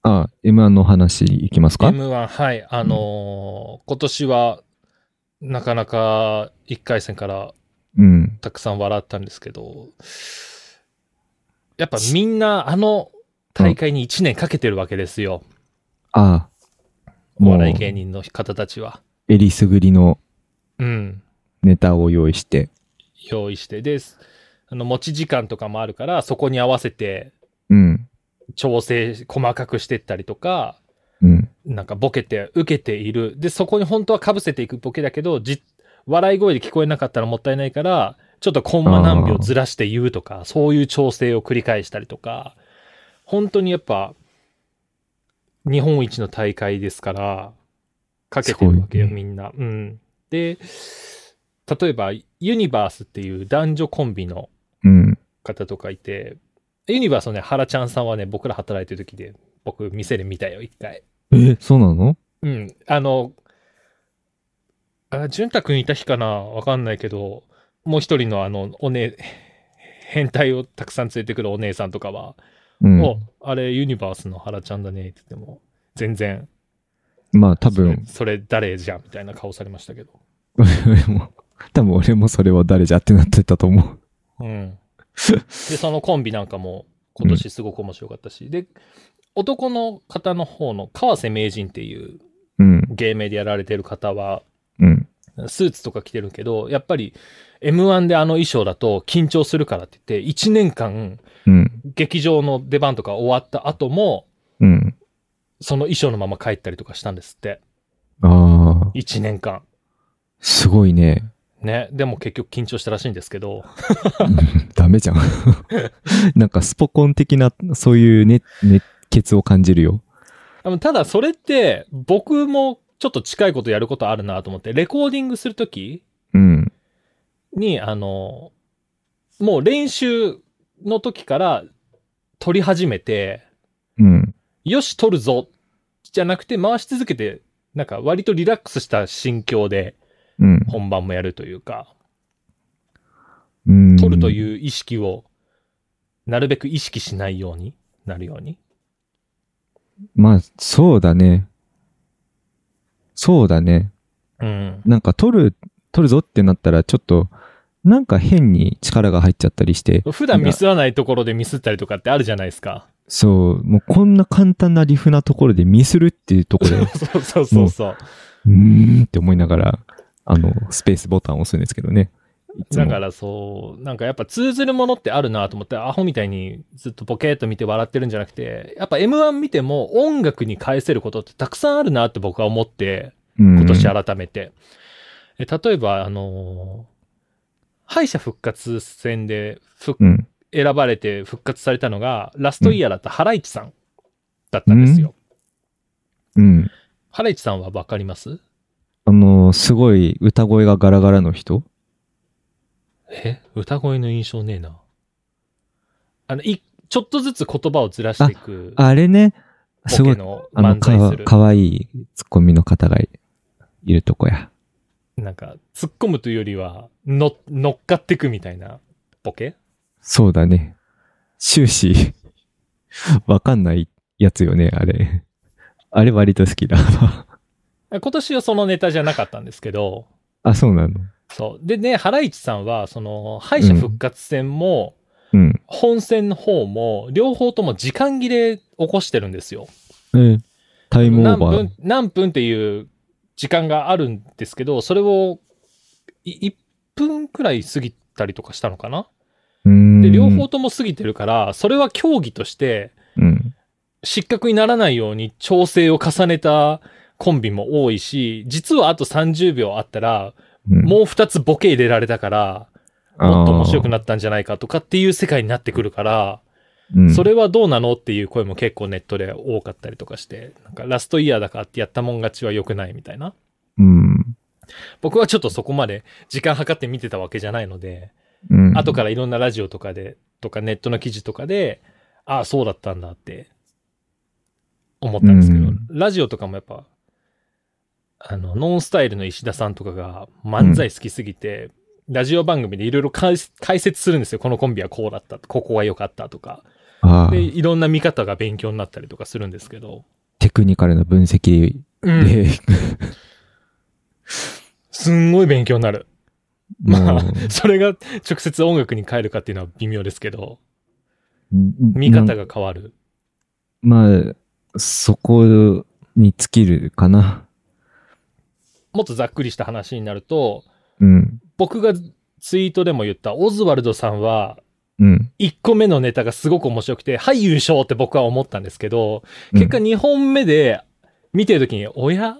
Speaker 2: あ、M1 の話いきますか
Speaker 1: M1、はい。あのー今年は、なかなか1回戦から
Speaker 2: うん。
Speaker 1: たくさん笑ったんですけど、やっぱみんなあの大会に1年かけてるわけですよ。
Speaker 2: あ、
Speaker 1: お
Speaker 2: もう、
Speaker 1: 笑い芸
Speaker 2: え
Speaker 1: 人の方たちは。
Speaker 2: りすぐりの
Speaker 1: うん。
Speaker 2: ネタを用意して。
Speaker 1: 用意して。で、あの、持ち時間とかもあるから、そこに合わせて
Speaker 2: うん。
Speaker 1: 調整、細かくしてったりとか、
Speaker 2: うん。
Speaker 1: なんかボケて、受けている。で、そこに本当は被せていくボケだけど、じ、笑い声で聞こえなかったらもったいないから、ちょっとコンマ何秒ずらして言うとか、そういう調整を繰り返したりとか、本当にやっぱ、日本一の大会ですから、かけてるわけよ、
Speaker 2: すごいね
Speaker 1: みんな。うん。で、例えば、ユニバースっていう男女コンビの
Speaker 2: うん。
Speaker 1: 方とかいて、ユニバースのね、原ちゃんさんはね、僕ら働いてる時で、僕、店で見たよ、一回。
Speaker 2: え、そうなの
Speaker 1: うん、あの、あ、潤太くんいた日かなわかんないけど、もう一人のあの、おね、変態をたくさん連れてくるお姉さんとかは、
Speaker 2: うん。
Speaker 1: お、あれユニバースの原ちゃんだねって言っても、全然、
Speaker 2: まあ多
Speaker 1: それ
Speaker 2: 分、
Speaker 1: それ誰じゃんみたいな顔されましたけど。
Speaker 2: 俺も、 多分俺もそれは誰じゃってなってたと思う。
Speaker 1: うん。で、そのコンビなんかも今年すごく面白かったし、で、男の方の方の川瀬名人っていう
Speaker 2: うん。
Speaker 1: 芸名でやられてる方は、
Speaker 2: うん。
Speaker 1: スーツとか着てるけど、やっぱり M1 であの衣装だと緊張するからって言って、1年間
Speaker 2: うん。
Speaker 1: 劇場の出番とか終わった後も、
Speaker 2: うん。
Speaker 1: その衣装のまま帰ったりとかしたんですって。
Speaker 2: ああ、
Speaker 1: 1年間。
Speaker 2: すごいね。
Speaker 1: ね。でも結局緊張したらしいんですけど、
Speaker 2: ダメじ ゃん。なんかスポコン的な、そういうね、熱血を感じるよ。
Speaker 1: あのただそれって僕もちょっと近いことやることあるなと思って、レコーディングするとき
Speaker 2: うん。
Speaker 1: に、あの、もう練習の時から撮り始めて、
Speaker 2: うん。
Speaker 1: よし、取るぞじゃなくて、回し続けて、なんか割とリラックスした心境で
Speaker 2: うん。
Speaker 1: 本番もやるというか、
Speaker 2: うん
Speaker 1: 取ると
Speaker 2: う。
Speaker 1: いう意識を、なるべく意識しないようになるように。
Speaker 2: まあ、そうだね。そうだね。
Speaker 1: うん。
Speaker 2: なんか取る、取るぞってなったら、ちょっと、なんか変に力が入っちゃったりして、
Speaker 1: 普段ミスらないところでミスったりとかってあるじゃないですか。
Speaker 2: そう、もうこんな簡単なリフなところでミスるっていうと ころで、う
Speaker 1: そうそうそうそう。
Speaker 2: ーんって思いながら、あの、スペースボタンを押すんですけどね。いつも
Speaker 1: だからそう、なんかやっぱ通ずるものってあるなと思って、アホみたいにずっとポケーっと見て笑ってるんじゃなくて、やっぱ M1 見ても音楽に返せることってたくさんあるなって僕は思って、今
Speaker 2: 今
Speaker 1: 年改めて。え例えば、あのー敗者復活戦で復
Speaker 2: うん。
Speaker 1: 選ばれて復活されたのが、ラストイヤーだったハライチさんだったんですよ。
Speaker 2: うん。
Speaker 1: ハライチさんはわかります
Speaker 2: あの、すごい歌声がガラガラの人
Speaker 1: え歌声の印象ねえな。あの、い、ちょっとずつ言葉をずらしていく、
Speaker 2: あれね、す
Speaker 1: ボ
Speaker 2: ご
Speaker 1: ケ
Speaker 2: い、
Speaker 1: の
Speaker 2: あの、
Speaker 1: 漫
Speaker 2: か
Speaker 1: 才
Speaker 2: わ
Speaker 1: する。
Speaker 2: かわいいツッコミの方がいるとこや。
Speaker 1: なんか、突っ込むというよりは、の、乗っかってくみたいなボケ
Speaker 2: そうだね。終始、 わかんないやつよね、あれ。あれ割と好きだ。
Speaker 1: 今年はそのネタじゃなかったんですけど、
Speaker 2: あ、そうなの。
Speaker 1: そう。でね、ハライチさんは、その、敗者復活戦も、
Speaker 2: うん。
Speaker 1: 本戦の方も、両方とも時間切れ起こしてるんですよ。
Speaker 2: えータイムオ
Speaker 1: 何
Speaker 2: ーバー
Speaker 1: 分。、何分っていう時間があるんですけど、それを、1分くらい過ぎたりとかしたのかな
Speaker 2: うーん
Speaker 1: で、両方、とも過ぎてるから、それは競技として
Speaker 2: うん。
Speaker 1: 失格にならないように調整を重ねたコンビも多いし、実はあと30秒あったら、
Speaker 2: うん、
Speaker 1: もう2つボケ入れられたから、もっと面白くな
Speaker 2: な
Speaker 1: ったんじゃないかとかっていう世界になってくるから、
Speaker 2: うん、
Speaker 1: それはどうなのっていう声も結構ネットで多かったりとかして、なんかラストイヤーだからってやったもん勝ちは良くないみたいな。
Speaker 2: うん。
Speaker 1: 僕はちょっとそこまで時間計って見てたわけじゃないので、
Speaker 2: うん。
Speaker 1: 後からいろんなラジオとかで、とかネットの記事とかで、ああ、そうだったんだって思ったんですけど、
Speaker 2: うん
Speaker 1: ラジオとかもやっぱ、あの、ノンスタイルの石田さんとかが漫才好きすぎて、ラジオ番組でいろいろ解解説するんですよ。このコンビはこうだった、ここが良かったとか。
Speaker 2: ああ
Speaker 1: で、いろんな見方が勉強になったりとかするんですけど。
Speaker 2: テクニカルな分析
Speaker 1: うん。
Speaker 2: で、
Speaker 1: すんごい勉強になる。ま
Speaker 2: も
Speaker 1: あ
Speaker 2: う、
Speaker 1: それが直接音楽に変えるかっていうのは微妙ですけど、 見
Speaker 2: な
Speaker 1: 方
Speaker 2: ん
Speaker 1: が変わる。
Speaker 2: まあ、そこに尽きるかな。
Speaker 1: もっとざっくりした話になると、
Speaker 2: うん。
Speaker 1: 僕がツイートでも言ったオズワルドさんは、
Speaker 2: うん。
Speaker 1: 1個目のネタがすごく面白くて、はい、優勝って僕は思ったんですけど、結果
Speaker 2: うん
Speaker 1: 2本目で見てるときに、おや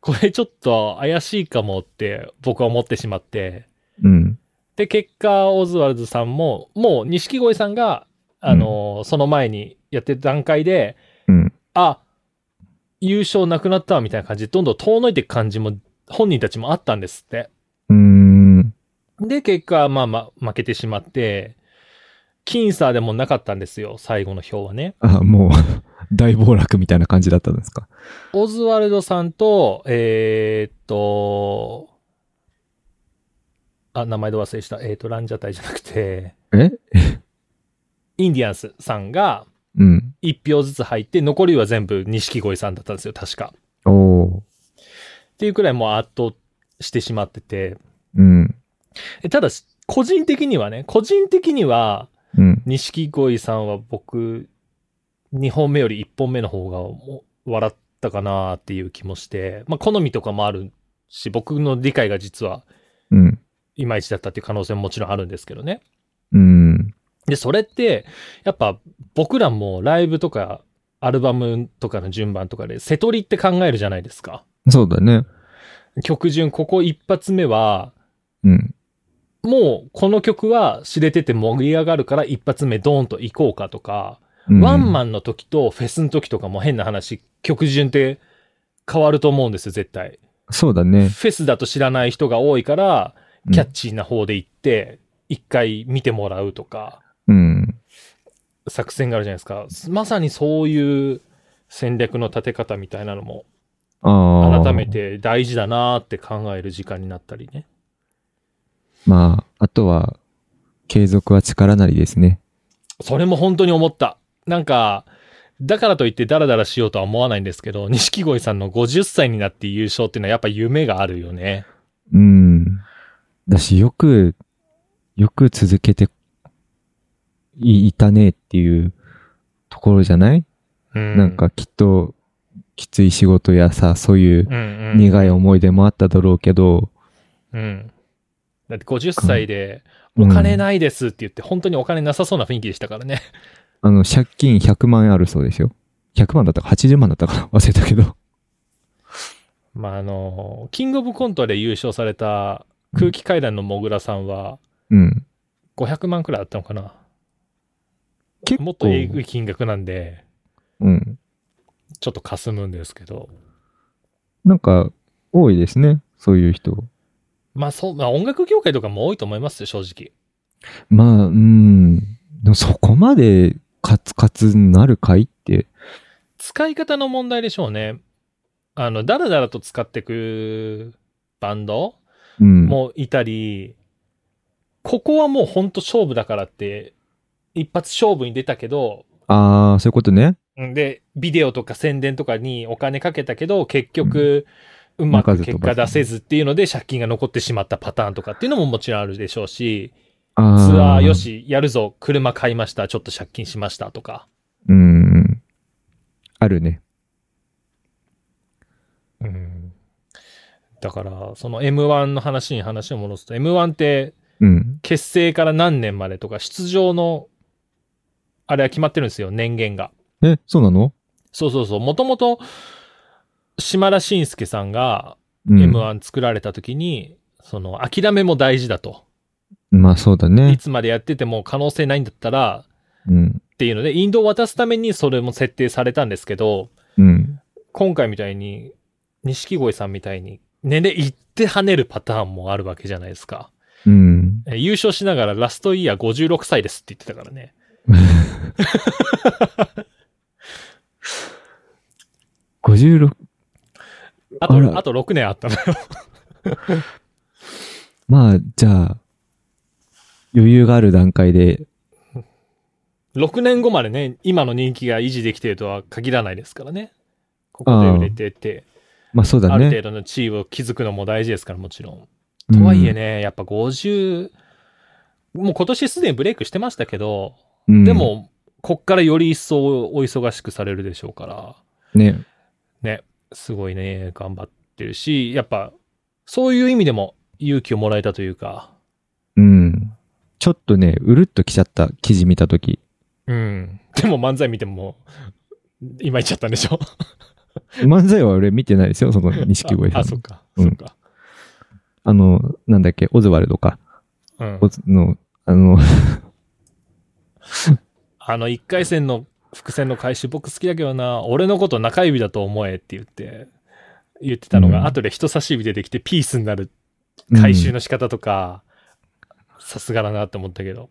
Speaker 1: これちょっと怪しいかもって僕は思ってしまって、
Speaker 2: うん。
Speaker 1: で、結果、オズワルドさんも、もう、錦鯉さんが、あのーその前にやってる段階で、
Speaker 2: うん。
Speaker 1: あ、優勝なくなったわみたいな感じで、どんどん遠のいていく感じも、本人たちもあったんですって。
Speaker 2: うーん。
Speaker 1: で、結果、まあまあ、負けてしまって、僅差でもなかったんですよ、最後の票はね。
Speaker 2: あ、もう、 大暴落みたいな感じだったんですか。
Speaker 1: オズワルドさんと、えーっと、あ、名前で忘れした。えーっと、ランジャタイじゃなくて、
Speaker 2: え
Speaker 1: インディアンスさんが
Speaker 2: うん。
Speaker 1: 1票ずつ入って、残りは全部錦鯉さんだったんですよ、確か。
Speaker 2: おお
Speaker 1: っていうくらいもう圧倒してしまってて。
Speaker 2: ー。うん。
Speaker 1: えただし、個人的にはね、個人的には、
Speaker 2: うん。
Speaker 1: 錦鯉さんは僕、2本目より1本目の方がもう笑ったかなっていう気もして、まあ好みとかもあるし、僕の理解が実は
Speaker 2: うん。
Speaker 1: いまいちだったっていう可能性ももちろんあるんですけどね。
Speaker 2: うん。
Speaker 1: で、それって、やっぱ僕らもライブとかアルバムとかの順番とかで、瀬取りって考えるじゃないですか。
Speaker 2: そうだね。
Speaker 1: 曲順、ここ一発目は、
Speaker 2: うん。
Speaker 1: もうこの曲は知れてて盛り上がるから一発目ドーンと行こうかとか、
Speaker 2: うん
Speaker 1: ワンマンの時とフェスの時とかも変な話、曲順って変わると思うんですよ、絶対。
Speaker 2: そうだ
Speaker 1: フ
Speaker 2: ね。
Speaker 1: ェスだと知らない人が多いから、
Speaker 2: うん
Speaker 1: キャッチーな方で行って、一回見てもらうとか、
Speaker 2: うん。
Speaker 1: 作戦があるじゃないですか。まさにそういう戦略の立て方みたいなのも、
Speaker 2: ああ。
Speaker 1: 改め。て大事だなーって考える時間になったりね。
Speaker 2: まあ、あとは、継続は力なりですね。
Speaker 1: それも本当に思った。なんか、だからといってダラダラしようとは思わないんですけど、錦鯉さんの50歳になって優勝っていうのはやっぱ夢があるよね。
Speaker 2: うん。だし、よく、よく続けていいたねっていうところじゃない、
Speaker 1: な
Speaker 2: なんかきっと、きつい仕事やさ、そういう
Speaker 1: うんうん、
Speaker 2: 苦い思い出もあっただろうけど、
Speaker 1: うん。だって50歳で、お金ないですって言って、本当にお金なさそうな雰囲気でしたからね。
Speaker 2: あの、借金100万円あるそうですよ。100万だったか、80万だったかな 忘れたけど。
Speaker 1: まあ、あの、キングオブコントで優勝された空気階段のもぐらさんは、
Speaker 2: うん。
Speaker 1: 500万くらいあったのかな。
Speaker 2: 結構
Speaker 1: もっとえぐい金額なんで、
Speaker 2: うん。
Speaker 1: ちょっとかすむんですけど。
Speaker 2: なんか、多いですね。そういう人。
Speaker 1: まあ、そう、まあ、音楽業界とかも多いと思いますよ、正直。
Speaker 2: まあ、うん。でもそこまでカツカツになるかいって。
Speaker 1: 使い方の問題でしょうね。あの、だらだらと使ってくバンド
Speaker 2: うん。
Speaker 1: もいたり、ここはもうほんと勝負だからって、一発勝負に出たけど、
Speaker 2: ああ、そういうことね。
Speaker 1: うんで、ビデオとか宣伝とかにお金かけたけど、結局、うまく結果出せずっていうので、借金が残ってしまったパターンとかっていうのももちろんあるでしょうし、
Speaker 2: ツ
Speaker 1: ツアーよ。し、やるぞ、車買いました、ちょっと借金しましたとか。
Speaker 2: うん。あるね。
Speaker 1: うんだから、その M1 の話に話を戻すと、M1 って
Speaker 2: うん。
Speaker 1: 結成から何年までとか、出場の、あれは決まってるんですよ、年限が。
Speaker 2: え、そうなの
Speaker 1: そうそうそう、もともと、島田紳介さんが
Speaker 2: うん。
Speaker 1: M1 作られた時に、その、諦めも大事だと。
Speaker 2: まあそうだ
Speaker 1: い
Speaker 2: ね。
Speaker 1: つまでやってても可能性ないんだったら、
Speaker 2: うん。
Speaker 1: っていうので、インドを渡すためにそれも設定されたんですけど、
Speaker 2: うん。
Speaker 1: 今回みたいに、錦鯉さんみたいに、年齢いって跳ねるパターンもあるわけじゃないですか。
Speaker 2: うん。
Speaker 1: え優勝しながらラストイヤー56歳ですって言ってたからね。
Speaker 2: 56、
Speaker 1: あ
Speaker 2: あら
Speaker 1: と、あと6年あったのよ。
Speaker 2: まあ、じゃあ、余裕がある段階で、
Speaker 1: 6年後までね、今の人気が維持できてるとは限らないですからね。ここで売れてって、
Speaker 2: まあそう
Speaker 1: あ
Speaker 2: だ
Speaker 1: る
Speaker 2: ね。
Speaker 1: 程度の地位を築くのも大事ですから、もちろん。とはいえね、やっぱ50、もう今年すでにブレイクしてましたけど、
Speaker 2: うん、
Speaker 1: でも、こっからより一層お忙しくされるでしょうから。
Speaker 2: うん、ね、
Speaker 1: すごいね、頑張ってるし、やっぱ、そういう意味でも勇気をもらえたというか、
Speaker 2: うん。ちょっとね、うるっときちゃった記事見たとき。
Speaker 1: うん。でも漫才見ても、今言っちゃったんでしょ
Speaker 2: 漫才は俺見てないですよ、その錦鯉さ
Speaker 1: あ
Speaker 2: ん。
Speaker 1: あ、そっか、
Speaker 2: うん
Speaker 1: そっか。
Speaker 2: あの、なんだっけ、オズワルドか。
Speaker 1: うん
Speaker 2: オ。ズの、あの、
Speaker 1: あの、一回戦の伏線の回収、僕好きだけどな、俺のこと中指だと思えって言って、言ってたのが、
Speaker 2: うん
Speaker 1: 後で人差し指出てきてピースになる回収
Speaker 2: うん
Speaker 1: の仕方とか、さすがだなって思ったけど。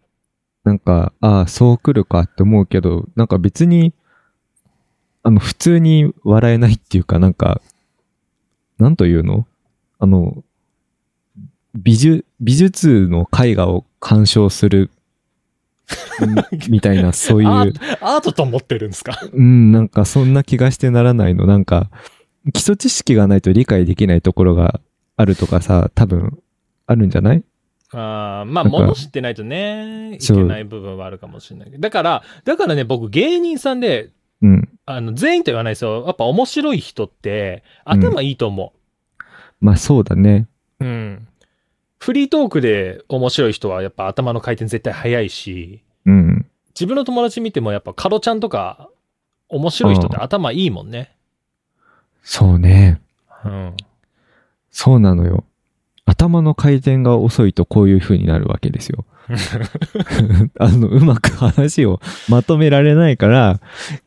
Speaker 2: なんか、ああ、そう来るかって思うけど、なんか別に、あの、普通に笑えないっていうか、なんか、なんというのあの、美術、美術の絵画を鑑賞す る、んみたいな、そうい
Speaker 1: ア
Speaker 2: う
Speaker 1: ー、トアートと思ってるんですか
Speaker 2: うん、なんかそんな気がしてならないの。なんか、基礎知識がないと理解できないところがあるとかさ、多分、あるんじゃない
Speaker 1: あーまあ、
Speaker 2: なんか
Speaker 1: 物知ってないとね、いけ
Speaker 2: そう
Speaker 1: ない部分はあるかもしれないけど。だから、だからね、僕芸人さんで、
Speaker 2: うん。
Speaker 1: あの、全員とは言わないですよ。やっぱ面白い人って、頭いいと思
Speaker 2: まあそうだね。
Speaker 1: う。うん。フリートークで面白い人はやっぱ頭の回転絶対早いし、
Speaker 2: うん。
Speaker 1: 自分の友達見てもやっぱカロちゃんとか、面白い人って頭いいもんね。
Speaker 2: そうね。
Speaker 1: うん。
Speaker 2: そうなのよ。頭の回転が遅いとこういう風になるわけですよ。 あの、うまく話をまとめられないから、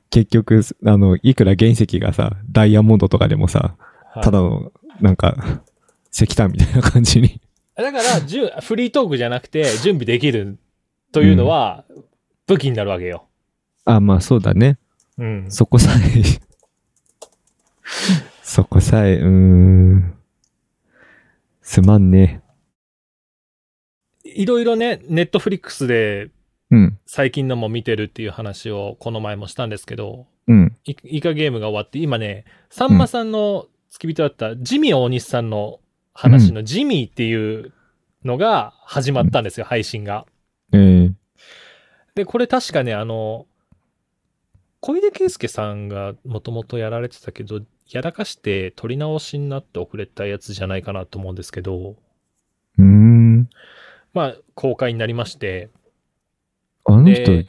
Speaker 2: 結局、あの、いくら原石がさ、ダイヤモンドとかでもさ、
Speaker 1: はい
Speaker 2: ただの、なんか、石炭みたいな感じに。
Speaker 1: だから、じゅんフリートークじゃなくて、準備できるというのは、武器になるわけよ。
Speaker 2: あ、まあそうだね。
Speaker 1: うん。
Speaker 2: そこさえ、そこさえ、うーん。すまんね。
Speaker 1: いろいろね、ネットフリックスで
Speaker 2: うん、
Speaker 1: 最近のも見てるっていう話をこの前もしたんですけど、
Speaker 2: うん。
Speaker 1: イイカゲームが終わって、今ね、さんまさんの付き人だったジミー大西さんの話のジミーっていうのが始まったんですよ、配信が。
Speaker 2: えー、
Speaker 1: で、これ確かね、あの、小出圭介さんがもともとやられてたけど、やらかして撮り直しになって遅れたやつじゃないかなと思うんですけど、
Speaker 2: うーん。
Speaker 1: まあ、公開になりまして、
Speaker 2: あの人、
Speaker 1: で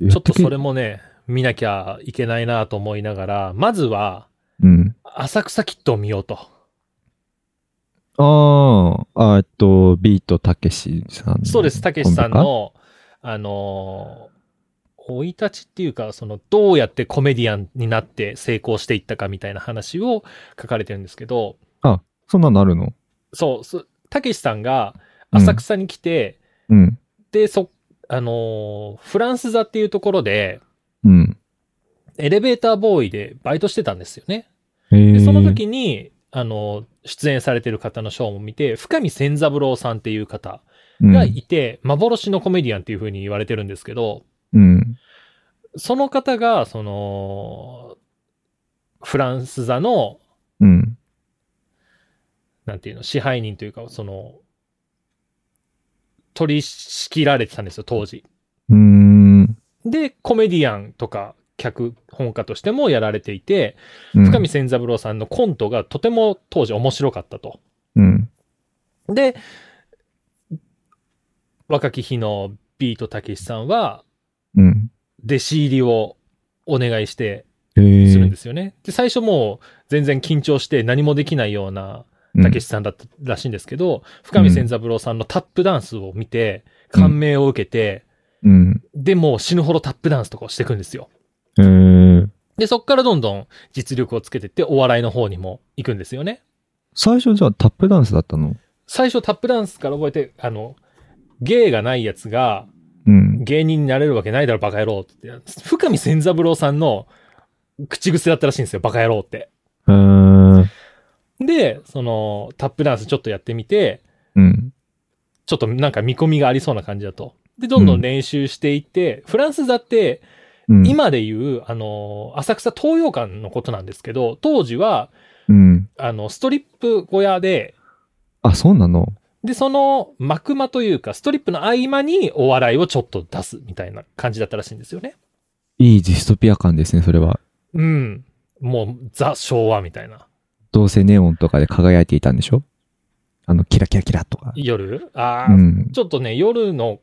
Speaker 2: や
Speaker 1: ちょっと
Speaker 2: とけ
Speaker 1: それもね、見なきゃいけないなと思いながら、まずは、
Speaker 2: うん。
Speaker 1: 浅草キットを見ようと。
Speaker 2: ああ、あえっと、ビートたけしさん。
Speaker 1: そうです、たけしさん
Speaker 2: コンビか。
Speaker 1: の、あのー生い立ちっていうか、その、どうやってコメディアンになって成功していったかみたいな話を書かれてるんですけど、
Speaker 2: そんなのあるの
Speaker 1: そうそ、たけしさんが浅草に来て、
Speaker 2: うん。
Speaker 1: で、そ、あのーフランス座っていうところで、
Speaker 2: うん。
Speaker 1: エレベーターボーイでバイトしてたんですよね。
Speaker 2: え
Speaker 1: で、
Speaker 2: ー、
Speaker 1: その時に、あのー出演されてる方のショーも見て、深見千三郎さんっていう方がいて、幻のコメディアンっていう風に言われてるんですけど、
Speaker 2: うん。うん。
Speaker 1: その方が、その、フランス座の、
Speaker 2: うん。
Speaker 1: なんていうの、支配人というか、その、取り仕切られてたんですよ、当時。
Speaker 2: うーん。
Speaker 1: で、コメディアンとか、脚本家としてもやられていて、
Speaker 2: うん
Speaker 1: 深見千三郎さんのコントがとても当時面白かったと。
Speaker 2: うん。
Speaker 1: で、若き日のビートたけしさんは、
Speaker 2: うん。
Speaker 1: 弟子入りをお願いして
Speaker 2: え
Speaker 1: するんで
Speaker 2: ー、
Speaker 1: すよね。で、最初もう全然緊張して何もできないようなたけしさんだったらしいんですけど、深見千三郎さんのタップダンスを見て、
Speaker 2: うん
Speaker 1: 感銘を受けて、
Speaker 2: うん。
Speaker 1: で、もう死ぬほどタップダンスとかをしていくんですよ。
Speaker 2: えー、
Speaker 1: で、そっからどんどん実力をつけてって、お笑いの方にも行くんですよね。
Speaker 2: 最初じゃあタップダンスだったの
Speaker 1: 最初タップダンスから覚えて、あの、芸がないやつが
Speaker 2: うん。
Speaker 1: 芸人になれるわけないだろ、バカ野郎って。深見千三郎さんの口癖だったらしいんですよ、バカ野郎って。
Speaker 2: えー、
Speaker 1: で、その、タップダンスちょっとやってみて、
Speaker 2: うん。
Speaker 1: ちょっとなんか見込みがありそうな感じだと。で、どんどん練習していって、フランス座って、
Speaker 2: うん、
Speaker 1: 今でいう、あの、浅草東洋館のことなんですけど、当時は、
Speaker 2: うん。
Speaker 1: あの、ストリップ小屋で、
Speaker 2: あ、そうなの
Speaker 1: で、その、幕間というか、ストリップの合間にお笑いをちょっと出すみたいな感じだったらしいんですよね。
Speaker 2: いいディストピア感ですね、それは。
Speaker 1: うん。もう、ザ・昭和みたいな。
Speaker 2: どうせネオンとかで輝いていたんでしょあの、キラキラキラとか。
Speaker 1: 夜あ
Speaker 2: う
Speaker 1: あ、
Speaker 2: ん。
Speaker 1: ちょっとね、夜の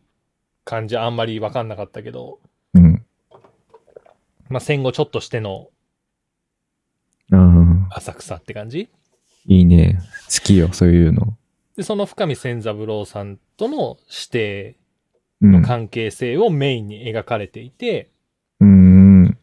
Speaker 1: 感じあんまりわかんなかったけど、
Speaker 2: うん。
Speaker 1: まあ、戦後ちょっとしての
Speaker 2: ああ、
Speaker 1: 浅草って感じ
Speaker 2: いいね。好きよ、そういうの。
Speaker 1: で、その深見千三郎さんとの指定
Speaker 2: うん。
Speaker 1: の
Speaker 2: う
Speaker 1: 関係性をメインに描かれていて、
Speaker 2: ーん。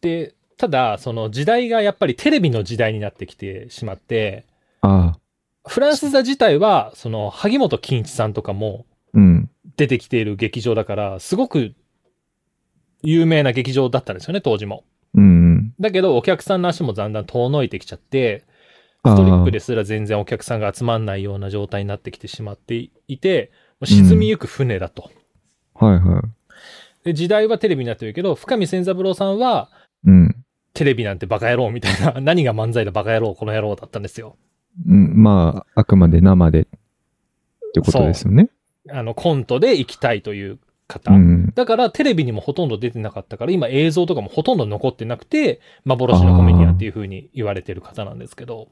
Speaker 1: で、ただ、その時代がやっぱりテレビの時代になってきてしまって、
Speaker 2: ああ、
Speaker 1: フランス座自体は、その、萩本欽一さんとかも
Speaker 2: うん。
Speaker 1: 出てきている劇場だから、すごく有名な劇場だったんですよね、当時も。
Speaker 2: うん。
Speaker 1: だけど、お客さんの足もだんだん遠のいてきちゃって、
Speaker 2: ああ
Speaker 1: ストリップですら全然お客さんが集まんないような状態になってきてしまっていて、もう沈みゆく船だと。
Speaker 2: はいは
Speaker 1: で時代はテレビになってるけど、深見千三郎さんは、
Speaker 2: い。うん。
Speaker 1: テレビなんてバカ野郎みたいな、 何が漫才だバカ野郎、この野郎だったんですよ。
Speaker 2: うん、まあ、あくまで生でってことですよね。
Speaker 1: あの、コントで行きたいという方。
Speaker 2: うん。
Speaker 1: だから、テレビにもほとんど出てなかったから、今映像とかもほとんど残ってなくて、幻のコメディアンっていう風に言われてる方なんですけど。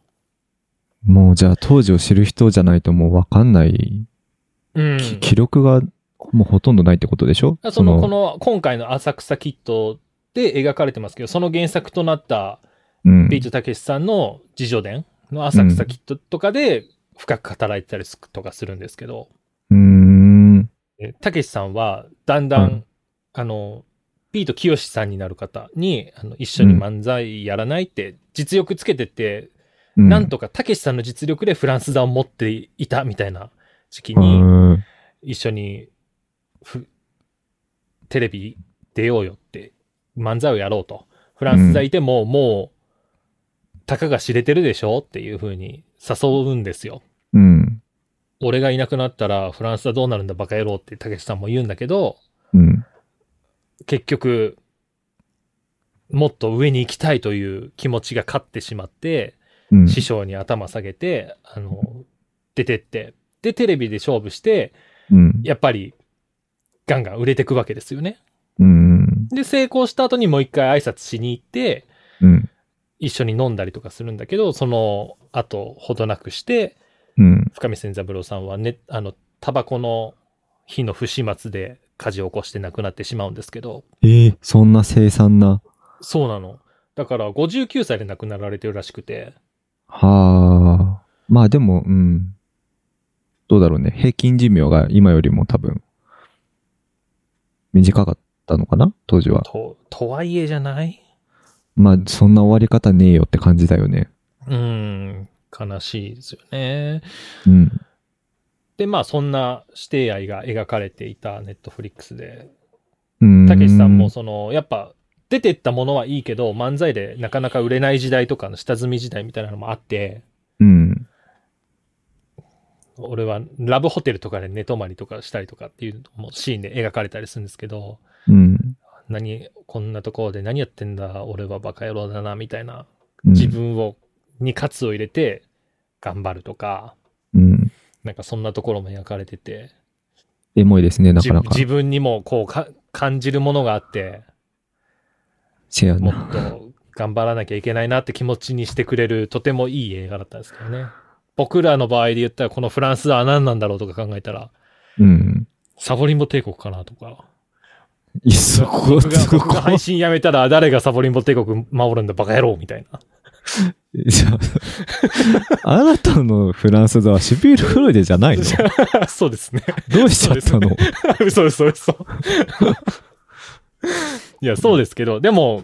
Speaker 2: もうじゃあ当時を知る人じゃないともうわかんない。
Speaker 1: うん。
Speaker 2: き記録がもうほとんどないってことでしょ
Speaker 1: その、この、今回の浅草キットで描かれてますけど、その原作となった、
Speaker 2: うん。
Speaker 1: ビートたけしさんの自叙伝の浅草キットとかで、深く働いてたりすとかするんですけど、
Speaker 2: うーん。
Speaker 1: えたけしさんは、だんだん、
Speaker 2: うん
Speaker 1: あの、ビートきよしさんになる方に、あの一緒に漫才やらないって、実力つけてって、
Speaker 2: うん
Speaker 1: なんとかたけしさんの実力でフランス座を持っていたみたいな時期
Speaker 2: う
Speaker 1: に、
Speaker 2: ーん
Speaker 1: 一緒にふテレビ出ようよって、漫才をやろうと。フランス座いても、もう、たかが知れてるでしょっていう風に誘うんですよ。
Speaker 2: うん。
Speaker 1: 俺がいなくなったらフランスはどうなるんだバカ野郎ってたけしさんも言うんだけど、
Speaker 2: うん。
Speaker 1: 結局、もっと上に行きたいという気持ちが勝ってしまって、
Speaker 2: うん。
Speaker 1: 師匠に頭下げて、あの、出てって、で、テレビで勝負して、
Speaker 2: うん。
Speaker 1: やっぱり、ガンガン売れてくわけですよね。
Speaker 2: うん。
Speaker 1: で、成功した後にもう一回挨拶しに行って、
Speaker 2: うん。
Speaker 1: 一緒に飲んだりとかするんだけど、その後、ほどなくして、
Speaker 2: うん。
Speaker 1: 深見千三郎さんはね、あの、タバコの火の不始末で火事を起こして亡くなってしまうんですけど、
Speaker 2: ええそんな凄惨な。
Speaker 1: そうなの。だから59歳で亡くなられてるらしくて、
Speaker 2: はあ。まあでも、うん。どうだろうね。平均寿命が今よりも多分、短かったのかな当時は。
Speaker 1: と、とはいえじゃない
Speaker 2: まあ、そんな終わり方ねえよって感じだよね。
Speaker 1: うん、悲しいですよね。
Speaker 2: うん。
Speaker 1: で、まあそんな指定愛が描かれていたネットフリックスで、
Speaker 2: うん
Speaker 1: たけしさんも、その、やっぱ、出てったものはいいけど、漫才でなかなか売れない時代とかの下積み時代みたいなのもあって、
Speaker 2: うん。
Speaker 1: 俺はラブホテルとかで寝泊まりとかしたりとかっていうのもシーンで描かれたりするんですけど、
Speaker 2: うん。
Speaker 1: 何、こんなところで何やってんだ、俺はバカ野郎だな、みたいな、
Speaker 2: うん
Speaker 1: 自。分を、に喝を入れて頑張るとか、
Speaker 2: うん。
Speaker 1: なんかそんなところも描かれてて、
Speaker 2: エモいですね、なかなか
Speaker 1: 自。自分にもこうか感じるものがあって、
Speaker 2: せや
Speaker 1: も
Speaker 2: な。
Speaker 1: っと頑張らなきゃいけないなって気持ちにしてくれる、とてもいい映画だったんですけどね。僕らの場合で言ったら、このフランスは何なんだろうとか考えたら、
Speaker 2: うん。
Speaker 1: サボリンボ帝国かなとか。
Speaker 2: いっそこ、
Speaker 1: 僕が
Speaker 2: そ
Speaker 1: 僕
Speaker 2: こ
Speaker 1: が。配信やめたら誰がサボリンボ帝国守るんだバカ野郎みたいな。
Speaker 2: じゃあ、あなたのフランス座はシュピール・フロイデじゃないの
Speaker 1: そうですね。
Speaker 2: どうしちゃったの
Speaker 1: 嘘嘘嘘。 いや、そうですけど、でも、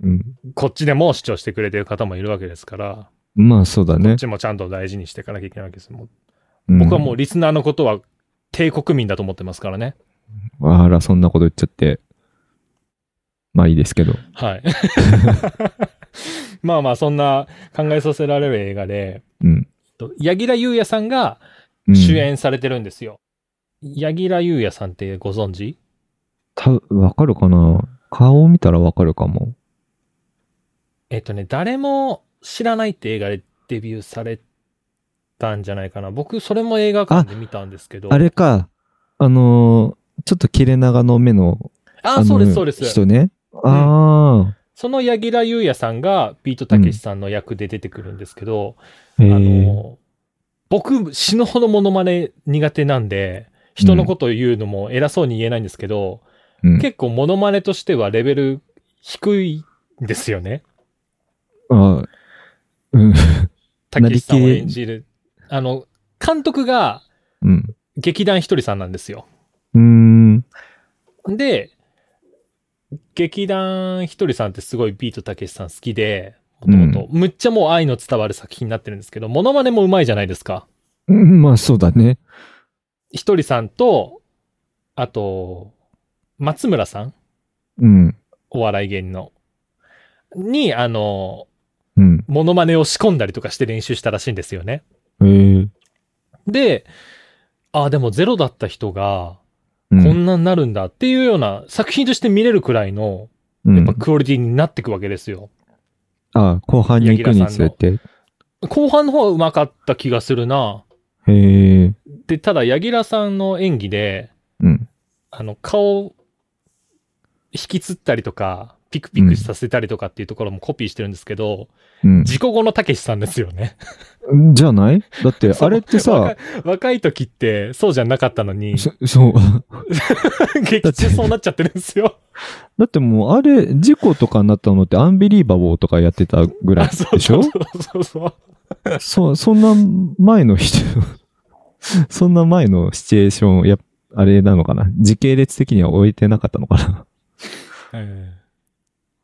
Speaker 2: うん。
Speaker 1: こっちでも視聴してくれてる方もいるわけですから、こ
Speaker 2: まあ、そうだね
Speaker 1: っ。ちもちゃんと大事にしていかなきゃいけないわけです。もう
Speaker 2: 僕
Speaker 1: 僕はもうリスナーのことは帝国民だと思ってますからね。
Speaker 2: あら、そんなこと言っちゃって。まあいいですけど。
Speaker 1: はい。まあまあ、そんな考えさせられる映画で、
Speaker 2: うん。
Speaker 1: と柳楽優弥さんが
Speaker 2: うん
Speaker 1: 主。演されてるんですよ。柳楽優弥さんってご存知
Speaker 2: た、わかるかな顔を見たらわかるかも。
Speaker 1: えっとね、誰も知らないって映画でデビューされたんじゃないかな。僕、それも映画館で見たんですけど。
Speaker 2: あれか、あのーちょっと切れ長の目の、
Speaker 1: あ
Speaker 2: の
Speaker 1: そうです、そうです。
Speaker 2: 人ね。ああ、
Speaker 1: その柳楽優弥さんがビートたけしさんの役で出てくるんですけど、
Speaker 2: へえ
Speaker 1: あの、僕、死ぬほどモノマネ苦手なんで、人のことを言うのも偉そうに言えないんですけど、
Speaker 2: うん
Speaker 1: 結構モノマネとしてはレベル低いんですよね。
Speaker 2: あうん。
Speaker 1: たけしさんを演じる。あの、監督が
Speaker 2: うん。
Speaker 1: 劇団ひとりさんなんですよ。
Speaker 2: うーん。
Speaker 1: で、劇団ひとりさんってすごいビートたけしさん好きで、もともと、むっちゃもう愛の伝わる作品になってるんですけど、モノマネもうまいじゃないですか。
Speaker 2: うんまあそうだね。
Speaker 1: ひとりさんと、あと、松村さん
Speaker 2: うん。
Speaker 1: お笑い芸人の。に、あの、
Speaker 2: うん。
Speaker 1: モノマネを仕込んだりとかして練習したらしいんですよね。
Speaker 2: へえ
Speaker 1: で、あ、でもゼロだった人が、
Speaker 2: う
Speaker 1: こ
Speaker 2: ん
Speaker 1: んなになるんだっていうような作品として見れるくらいの、
Speaker 2: うん
Speaker 1: やっぱクオリティになっていくわけですよ。
Speaker 2: あ後半に行くにつれて。
Speaker 1: 後半の方は上手かった気がするな。
Speaker 2: へえ。
Speaker 1: で、ただ、柳楽さんの演技で、
Speaker 2: うん。
Speaker 1: あの、顔、引きつったりとか、ピクピクさせたりとかっていうところもコピーしてるんですけど、
Speaker 2: うん。
Speaker 1: 事故後のたけしさんですよね。
Speaker 2: じゃないだって、あれってさ
Speaker 1: 若、若い時ってそうじゃなかったのに、
Speaker 2: そそう。
Speaker 1: 劇中そうなっちゃってるんですよ。
Speaker 2: だってもう、あれ、事故とかになったのって、アンビリーバボーとかやってたぐらいでしょ
Speaker 1: そうそうそう。
Speaker 2: そう、そんな前の人、 そんな前のシチュエーション、やっあれなのかな時系列的には置いてなかったのかな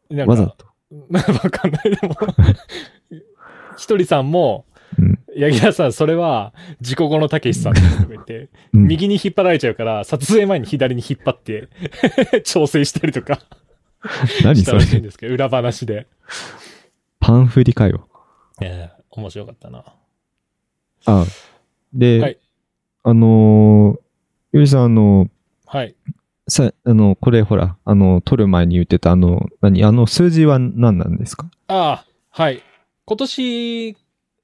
Speaker 1: なんか
Speaker 2: わざと。
Speaker 1: わかんない。でも、ひとりさんも、
Speaker 2: うん
Speaker 1: 柳楽さん、それは、事故後のたけしさんですとか言って、
Speaker 2: うん
Speaker 1: 右に引っ張られちゃうから、撮影前に左に引っ張って、 調整したりとか
Speaker 2: 何
Speaker 1: した
Speaker 2: そ
Speaker 1: らしいん
Speaker 2: れ
Speaker 1: ですけど、裏話で。
Speaker 2: パン振りかよ。
Speaker 1: ええ面白かったな。
Speaker 2: あ、で、
Speaker 1: はい
Speaker 2: あのーゆりさん、あの
Speaker 1: はい。
Speaker 2: さ、あの、これほら、あの、撮る前に言ってた、あの、何、あの数字は何なんですか
Speaker 1: ああ、はい。今年、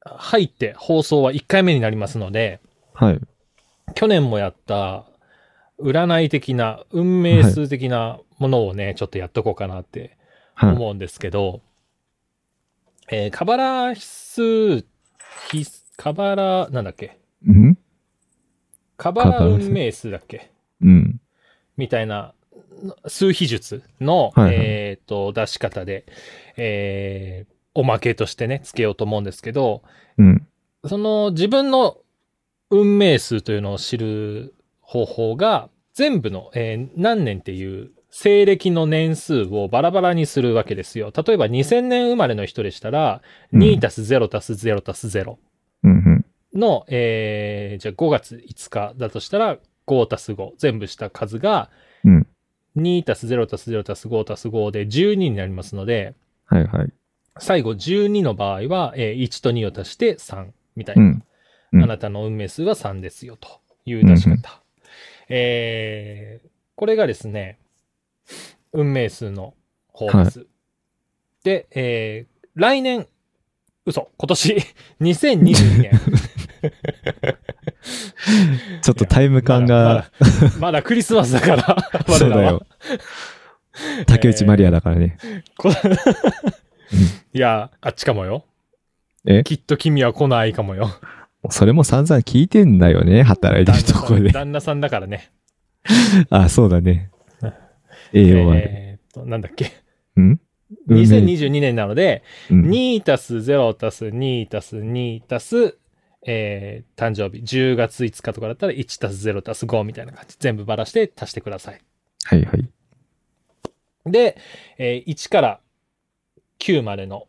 Speaker 1: 入って放送は1回目になりますので、
Speaker 2: はい。
Speaker 1: 去年もやった、占い的な、運命数的なものをね、ちょっとやっとこうかなって
Speaker 2: はい。
Speaker 1: 思うんですけど、えー、カバラ指数、ひカバラ、なんだっけ
Speaker 2: うん
Speaker 1: カバラ運命数だっけ
Speaker 2: うん。
Speaker 1: みたいな、数秘術の、
Speaker 2: はいはい
Speaker 1: えっ、と、出し方で、えーおまけとしてね、つけようと思うんですけど、
Speaker 2: うん。
Speaker 1: その自分の運命数というのを知る方法が、全部の、えー何年っていう西暦の年数をバラバラにするわけですよ。例えば2000年生まれの人でしたら、
Speaker 2: うん
Speaker 1: 2たす0たす0たす0
Speaker 2: うんうん。
Speaker 1: の、えーじゃあ5月5日だとしたら、5たす5、全部した数が、
Speaker 2: うん。
Speaker 1: 2たす0たす0たす5たす5で12になりますので、
Speaker 2: はいはい。
Speaker 1: 最後12の場合は、えー1と2を足して3みたいうな、
Speaker 2: ん。うん
Speaker 1: あなたの運命数は3ですよという出し方。
Speaker 2: うんうん
Speaker 1: えーこれがですね、運命数の方です。で、えー来年、嘘、今年、2022年。
Speaker 2: ちょっとタイム感が、
Speaker 1: まだまだまだクリスマスだ から、我
Speaker 2: そう
Speaker 1: らは
Speaker 2: だよ。竹内まりやだからね。
Speaker 1: こ いや、あっちかもよ。
Speaker 2: え
Speaker 1: きっと君は来ないかもよ。
Speaker 2: それも散々聞いてんだよね、働いて
Speaker 1: 旦那
Speaker 2: ると
Speaker 1: さ
Speaker 2: こ
Speaker 1: ん
Speaker 2: で。
Speaker 1: 旦那さんだからね。
Speaker 2: あ、そうだね。栄養は。
Speaker 1: えーっと、なんだっけ。
Speaker 2: うん運命
Speaker 1: 2022年なので、
Speaker 2: うん
Speaker 1: 2たす0たす2たす2たす、えー誕生日、10月5日とかだったら1たす0たす5みたいな感じ。全部ばらして足してください。
Speaker 2: はいはい。
Speaker 1: で、えー1から9までの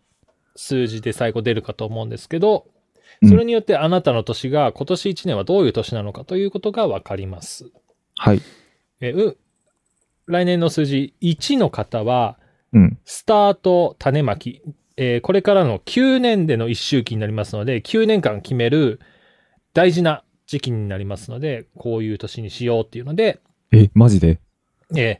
Speaker 1: 数字で最後出るかと思うんですけど、
Speaker 2: うん
Speaker 1: それによってあなたの年が今年1年はどういう年なのかということがわかります。
Speaker 2: はい。
Speaker 1: えーう来年の数字1の方は、
Speaker 2: うん。
Speaker 1: スタート、種まき、えーこれからの9年での一周期になりますので、9年間決める大事な時期になりますので、こういう年にしようっていうので、
Speaker 2: え、マジで
Speaker 1: えー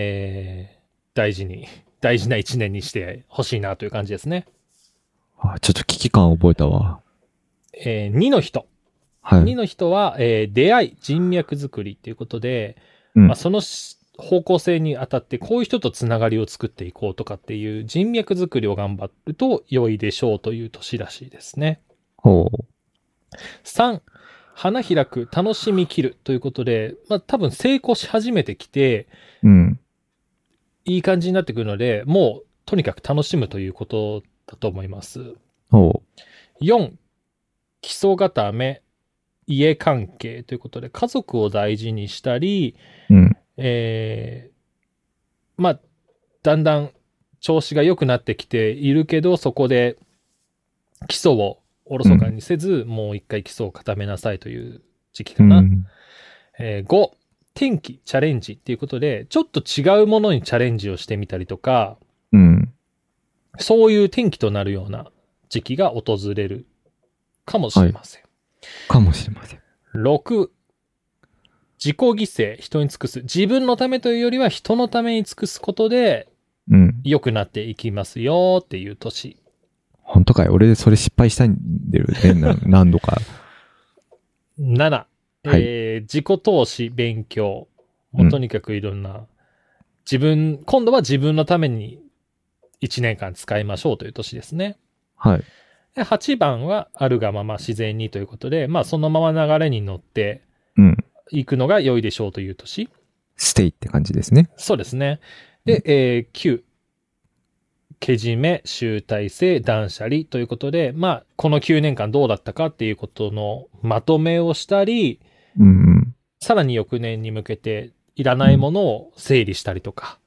Speaker 1: えー大事に、大事な1年にしてほしいなという感じですね。
Speaker 2: あ、ちょっと危機感覚えたわ。
Speaker 1: え2の人。
Speaker 2: は
Speaker 1: 2
Speaker 2: い。
Speaker 1: の人は、えー出会い、人脈作りということで、
Speaker 2: うん
Speaker 1: まあ、そのし方向性にあたって、こういう人とつながりを作っていこうとかっていう人脈作りを頑張ると良いでしょうという年らしいですね。
Speaker 2: ほう。
Speaker 1: 3、花開く、楽しみきるということで、まあ、多分成功し始めてきて、
Speaker 2: うん。
Speaker 1: いい感じになってくるので、もうとにかく楽しむということだと思います。
Speaker 2: ほ
Speaker 1: 4、基礎固め、家関係ということで、家族を大事にしたり、
Speaker 2: う。うん。
Speaker 1: えーまあ、だんだん調子が良くなってきているけど、そこで基礎をおろそかにせず、もう一回基礎を固めなさいという時期
Speaker 2: う
Speaker 1: かな。
Speaker 2: ん。
Speaker 1: えー5、天気、チャレンジっていうことで、ちょっと違うものにチャレンジをしてみたりとか、
Speaker 2: うん。
Speaker 1: そういう天気となるような時期が訪れるかもしれません。
Speaker 2: かもしれません。
Speaker 1: 6、自己犠牲、人に尽くす。自分のためというよりは人のために尽くすことで
Speaker 2: うん。
Speaker 1: 良くなっていきますよっていう年。
Speaker 2: 本当かい俺、それ失敗したんでる ね。な何度か。
Speaker 1: 7、
Speaker 2: はい
Speaker 1: えー自己投資、勉強。
Speaker 2: うん
Speaker 1: もうとにかくいろんな、自分、今度は自分のために1年間使いましょうという年ですね。
Speaker 2: はい。
Speaker 1: で8番はあるがまま自然にということで、まあそのまま流れに乗って
Speaker 2: うん。
Speaker 1: いくのが良いでしょうという年。
Speaker 2: ステイって感じですね。
Speaker 1: そうですね。で、えー9。けじめ、集大成、断捨離ということで、まあ、この9年間どうだったかっていうことのまとめをしたり、
Speaker 2: うん
Speaker 1: さらに翌年に向けていらないものを整理したりとか、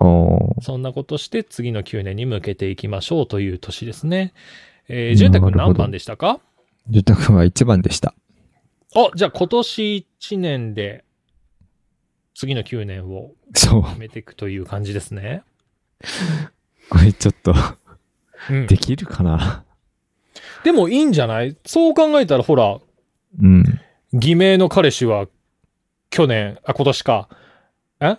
Speaker 2: うん。おー
Speaker 1: そんなことして次の9年に向けていきましょうという年ですね。えー、潤太くん
Speaker 2: なるほ
Speaker 1: 何
Speaker 2: ど
Speaker 1: 番でしたか
Speaker 2: ゆたくんは一番でした。
Speaker 1: あ、じゃあ今年1年で次の9年を
Speaker 2: そう。
Speaker 1: 決めていくという感じですね。
Speaker 2: これちょっと、
Speaker 1: うん
Speaker 2: できるかな。
Speaker 1: でもいいんじゃないそう考えたらほら、
Speaker 2: うん。
Speaker 1: 偽名の彼氏は去年、あ、今年か。え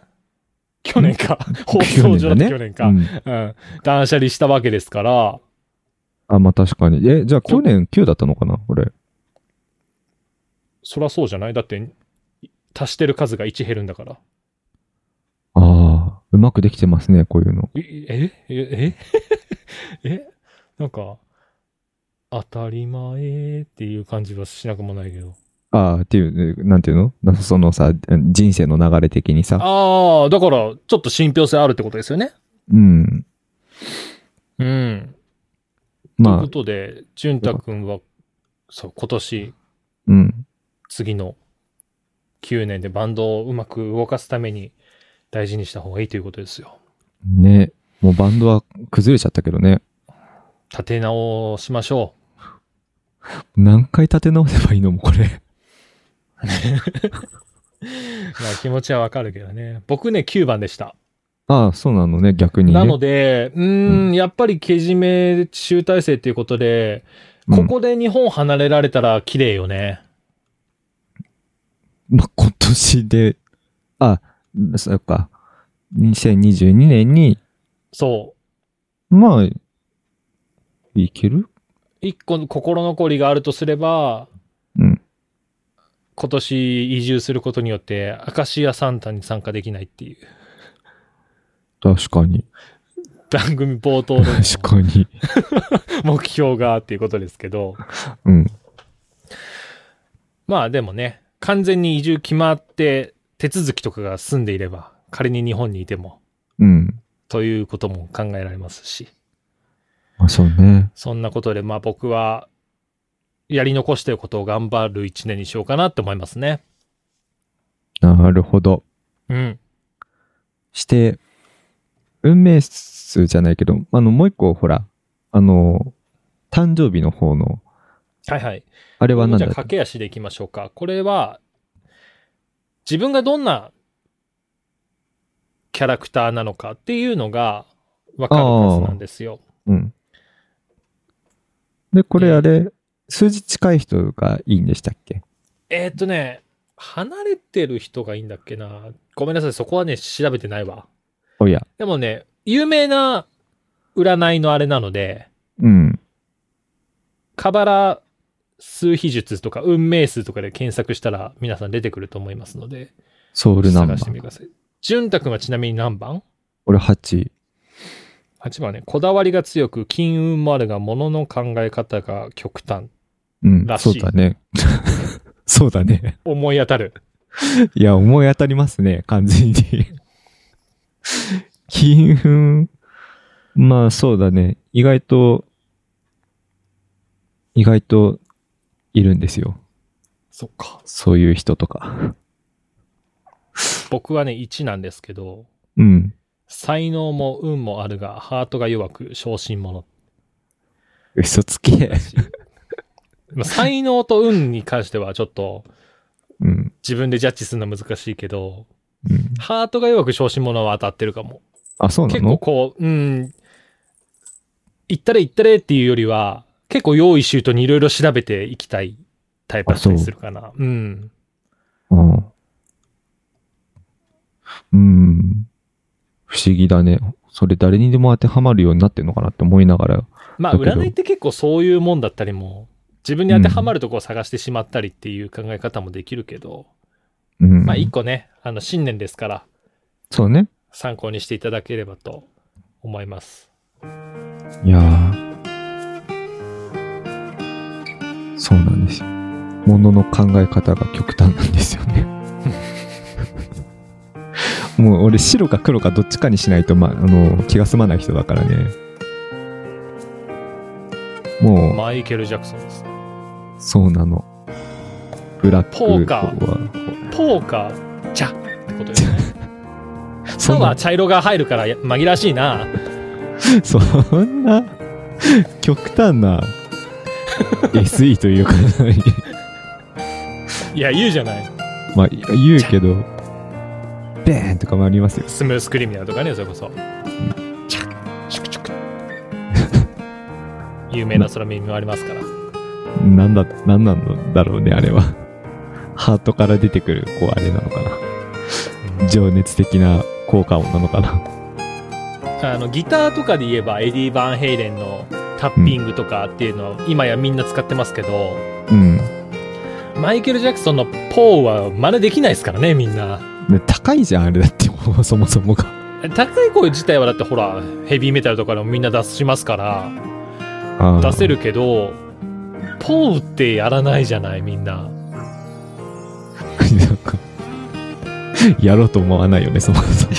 Speaker 1: 去年か。 放送上だって去年か。
Speaker 2: うん
Speaker 1: うん。断捨離したわけですから、
Speaker 2: あ、まあ確かに。え、じゃあ去年9だったのかな俺。
Speaker 1: そりゃそうじゃないだって、足してる数が1減るんだから。
Speaker 2: ああ、うまくできてますね、こういうの。
Speaker 1: え、え、え、 ええなんか、当たり前っていう感じはしなくもないけど。
Speaker 2: ああ、っていう、なんていうのなそのさ、人生の流れ的にさ。
Speaker 1: ああ、だから、ちょっと信憑性あるってことですよね。
Speaker 2: うん。
Speaker 1: うん。と
Speaker 2: ま
Speaker 1: い
Speaker 2: あ
Speaker 1: うこ、とで、潤太くんは、そう、今年、
Speaker 2: うん。
Speaker 1: 次の9年でバンドをうまく動かすために大事にした方がいいということですよ。
Speaker 2: ね。もうバンドは崩れちゃったけどね。
Speaker 1: 立て直しましょ
Speaker 2: 何回立て直せばいいのもうこれ。
Speaker 1: う。 まあ気持ちはわかるけどね。僕ね、9番でした。
Speaker 2: ああ、そうなのね、逆にね。
Speaker 1: なので、うーん、やっぱりけじめ集大成っていうことで、ここで日本離れられたら綺麗よね。
Speaker 2: うん、まあ、今年で、あ、そうか。2022年に、
Speaker 1: そう。
Speaker 2: まあ、いける
Speaker 1: 一個の心残りがあるとすれば、
Speaker 2: うん
Speaker 1: 今年移住することによって、アカシアサンタに参加できないっていう、
Speaker 2: 確かに。
Speaker 1: 番組冒頭の
Speaker 2: 確かに。
Speaker 1: 目標がっていうことですけど、
Speaker 2: うん。
Speaker 1: まあでもね、完全に移住決まって、手続きとかが済んでいれば、仮に日本にいても、
Speaker 2: うん。
Speaker 1: ということも考えられますし、
Speaker 2: まあ、そうね。
Speaker 1: そんなことで、まあ僕は、やり残してることを頑張る一年にしようかなって思いますね。
Speaker 2: なるほど。
Speaker 1: うん。
Speaker 2: して、運命数じゃないけど、あの、もう一個、ほら、あの、誕生日の方の、
Speaker 1: はいはい。
Speaker 2: あれはなん
Speaker 1: じ
Speaker 2: だ
Speaker 1: ゃあ、
Speaker 2: っけ
Speaker 1: 駆け足でいきましょうか。これは、自分がどんなキャラクターなのかっていうのが分かるはずなんですよ。
Speaker 2: うん。で、これ
Speaker 1: うん
Speaker 2: あれ、数字近い人がいいんでしたっけ
Speaker 1: えーっとね、離れてる人がいいんだっけな。ごめんなさい、そこはね、調べてないわ。
Speaker 2: おや。
Speaker 1: でもね、有名な占いのあれなので、
Speaker 2: うん。
Speaker 1: カバラ数比術とか運命数とかで検索したら皆さん出てくると思いますので、
Speaker 2: ソウルナンバ
Speaker 1: 探してみて
Speaker 2: ー。
Speaker 1: ください。潤太くんはちなみに何番
Speaker 2: 俺8。
Speaker 1: 8番ね、こだわりが強く、金運もあるが、ものの考え方が極端。
Speaker 2: うん
Speaker 1: ら。しい
Speaker 2: そうだね。 そうだね。
Speaker 1: 思い当たる。
Speaker 2: いや、思い当たりますね、完全に。 金運。まあ、そうだね。意外と、意外と、いるんですよ。
Speaker 1: そっか。
Speaker 2: そういう人とか。
Speaker 1: 僕はね、1なんですけど、
Speaker 2: うん。
Speaker 1: 才能も運もあるが、ハートが弱く、小心者。
Speaker 2: 嘘つけ。
Speaker 1: まあ才能と運に関しては、ちょっと、
Speaker 2: うん。
Speaker 1: 自分でジャッジするのは難しいけど、
Speaker 2: うん、
Speaker 1: ハートが弱く、小心者は当たってるかも。
Speaker 2: あ、そうな
Speaker 1: 結構
Speaker 2: の
Speaker 1: こう、うん、行ったれ行ったれっていうよりは、結構用意周到にいろいろ調べていきたいタイプだったりするかな。うん。
Speaker 2: うん。うん。不思議だね。それ誰にでも当てはまるようになってんのかなって思いながら。
Speaker 1: まあ、
Speaker 2: だけど
Speaker 1: 占いって結構そういうもんだったりも、自分に当てはまるとこを探してしまったりっていう考え方もできるけど、
Speaker 2: うん。
Speaker 1: まあ、一個ね、あの、新年ですから、
Speaker 2: そうね。
Speaker 1: 参考にしていただければと思います。
Speaker 2: いやーそうなんですよ。ものの考え方が極端なんですよ ね。もう俺白か黒かどっちかにしないと、ま、あの気が済まない人だからね。もう、
Speaker 1: マイケル・ジャクソンです。
Speaker 2: そうなの。ブラック
Speaker 1: ポーカ
Speaker 2: ー
Speaker 1: ポーカー、茶ってことですね。
Speaker 2: そ
Speaker 1: 茶
Speaker 2: んな
Speaker 1: は、茶色が入るからや紛らわしいな。
Speaker 2: そんな、極端 な、SE というか、
Speaker 1: いや、言うじゃない。
Speaker 2: まあ、言うけど、ベーンとかもありますよ。
Speaker 1: スムースクリミナルとかね、それこそ。茶、チュクチュク。 有名な空耳もありますから。
Speaker 2: なんだ、なんなんだろうね、あれは。ハートから出てくる、こう、あれなのかな。情熱的な効果音なのかな。
Speaker 1: あのギターとかで言えばエディ・バンヘイレンのタッピングとかっていうのは今やみんな使ってますけど、
Speaker 2: うん。
Speaker 1: マイケル・ジャクソンのポーは真似できないですからねみんな
Speaker 2: で高いじゃん、あれだって、もうそもそもが。
Speaker 1: 高い声自体はだってほらヘビーメタルとかでもみんな出しますから
Speaker 2: あー
Speaker 1: 出せ。るけどポーってやらないじゃないみんな
Speaker 2: になんか やろうと思わないよねそもそも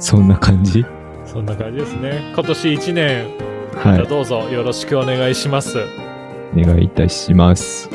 Speaker 2: そんな感じ
Speaker 1: そんな感じですね。今年1年、
Speaker 2: は
Speaker 1: じゃあ
Speaker 2: い
Speaker 1: どうぞよろしくお願いします。
Speaker 2: お願いいたします